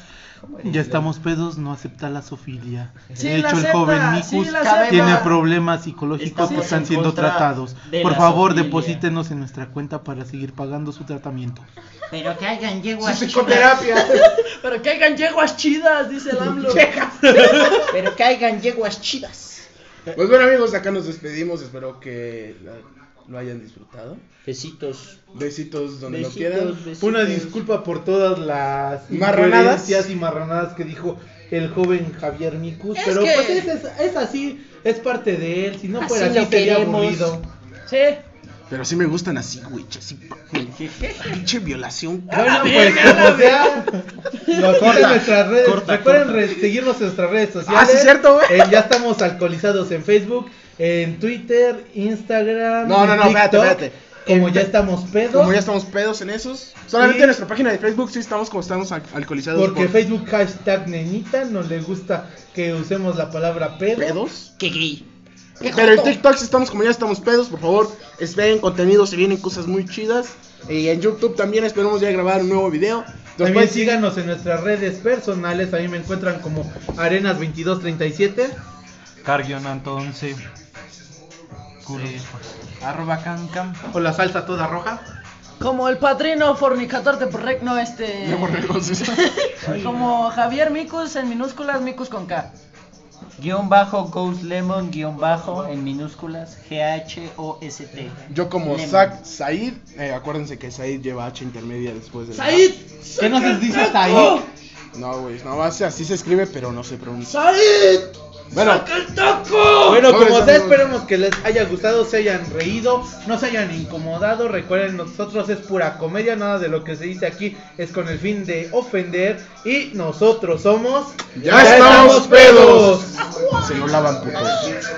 [SPEAKER 1] Ya estamos pedos, no acepta la sofilia.
[SPEAKER 3] Sí,
[SPEAKER 1] de
[SPEAKER 3] la
[SPEAKER 1] hecho, el
[SPEAKER 3] acepta,
[SPEAKER 1] joven
[SPEAKER 3] sí,
[SPEAKER 1] Nicus
[SPEAKER 3] la
[SPEAKER 4] acepta.
[SPEAKER 1] tiene problemas psicológicos
[SPEAKER 4] Estamos
[SPEAKER 1] que están
[SPEAKER 4] en
[SPEAKER 1] siendo
[SPEAKER 4] contra
[SPEAKER 1] tratados.
[SPEAKER 4] de
[SPEAKER 1] Por
[SPEAKER 4] la
[SPEAKER 1] favor,
[SPEAKER 4] zoofilia.
[SPEAKER 1] deposítenos en nuestra cuenta para seguir pagando su tratamiento.
[SPEAKER 4] Pero que hagan yeguas chidas.
[SPEAKER 2] Psicoterapia.
[SPEAKER 3] Pero que hagan yeguas chidas, dice el AMLO.
[SPEAKER 4] Pero que hagan yeguas chidas.
[SPEAKER 2] Pues bueno amigos, acá nos despedimos, espero que la- lo hayan disfrutado.
[SPEAKER 4] Besitos.
[SPEAKER 2] Besitos donde
[SPEAKER 4] besitos,
[SPEAKER 2] lo quieran.
[SPEAKER 4] besitos.
[SPEAKER 1] Una disculpa por todas las
[SPEAKER 2] Marranadas.
[SPEAKER 1] incoherencias y marranadas que dijo el joven Javier Micus,
[SPEAKER 3] Es
[SPEAKER 1] pero
[SPEAKER 3] que-
[SPEAKER 1] pues es, es- es así, es parte de él, si no fuera
[SPEAKER 4] Así
[SPEAKER 1] así,
[SPEAKER 4] lo
[SPEAKER 1] sería
[SPEAKER 4] queremos.
[SPEAKER 1] aburrido.
[SPEAKER 3] Sí.
[SPEAKER 2] Pero sí me gustan así, güey. Así, pa- güey. Pinche violación.
[SPEAKER 1] Bueno, pues como sea, nos siguen en nuestras redes.
[SPEAKER 4] corta,
[SPEAKER 1] Recuerden
[SPEAKER 4] corta.
[SPEAKER 1] re- seguirnos en nuestras redes sociales.
[SPEAKER 2] Ah, sí, cierto, güey.
[SPEAKER 1] Eh, ya estamos alcoholizados en Facebook, en Twitter, Instagram.
[SPEAKER 2] No, no, no,
[SPEAKER 1] TikTok.
[SPEAKER 2] espérate, espérate.
[SPEAKER 1] Como
[SPEAKER 2] En-
[SPEAKER 1] ya estamos pedos.
[SPEAKER 2] Como ya estamos pedos en esos. Solamente
[SPEAKER 1] Y-
[SPEAKER 2] en nuestra página de Facebook sí estamos como estamos al- alcoholizados.
[SPEAKER 1] Porque
[SPEAKER 2] por
[SPEAKER 1] Facebook hashtag nenita no le gusta que usemos la palabra pedo.
[SPEAKER 2] pedos.
[SPEAKER 4] Que gay.
[SPEAKER 2] Pero en TikTok sí estamos como ya estamos pedos, por favor, esperen contenido, se vienen cosas muy chidas. Y en YouTube también esperamos ya grabar un nuevo video. Nos
[SPEAKER 1] También
[SPEAKER 2] pueden-
[SPEAKER 1] síganos en nuestras redes personales. A mí me encuentran como Arenas2237.
[SPEAKER 7] Cargion entonces. Arroba cancam.
[SPEAKER 1] O la salsa toda roja.
[SPEAKER 3] Como el padrino fornicator de porrecno, este. Como Javier Micus en minúsculas, Micus con K.
[SPEAKER 4] Guión bajo Ghost Lemon, guión bajo en minúsculas G-H-O-S-T.
[SPEAKER 2] Yo como
[SPEAKER 4] Lemon.
[SPEAKER 2] Zack Said, eh, acuérdense que Said lleva H intermedia después de la-
[SPEAKER 3] ¡Said!
[SPEAKER 1] ¿Qué nos dice hasta ahí?
[SPEAKER 2] No, güey, no, así así se escribe, pero no se pronuncia.
[SPEAKER 3] ¡Said!
[SPEAKER 2] Bueno,
[SPEAKER 1] Bueno,
[SPEAKER 2] Ahora
[SPEAKER 1] como
[SPEAKER 2] sí,
[SPEAKER 1] sea,
[SPEAKER 2] amigos.
[SPEAKER 1] esperemos que les haya gustado, se hayan reído, no se hayan incomodado. Recuerden, nosotros es pura comedia, nada de lo que se dice aquí es con el fin de ofender. Y nosotros somos.
[SPEAKER 2] ya estamos pedos. Se lo lavan, putos.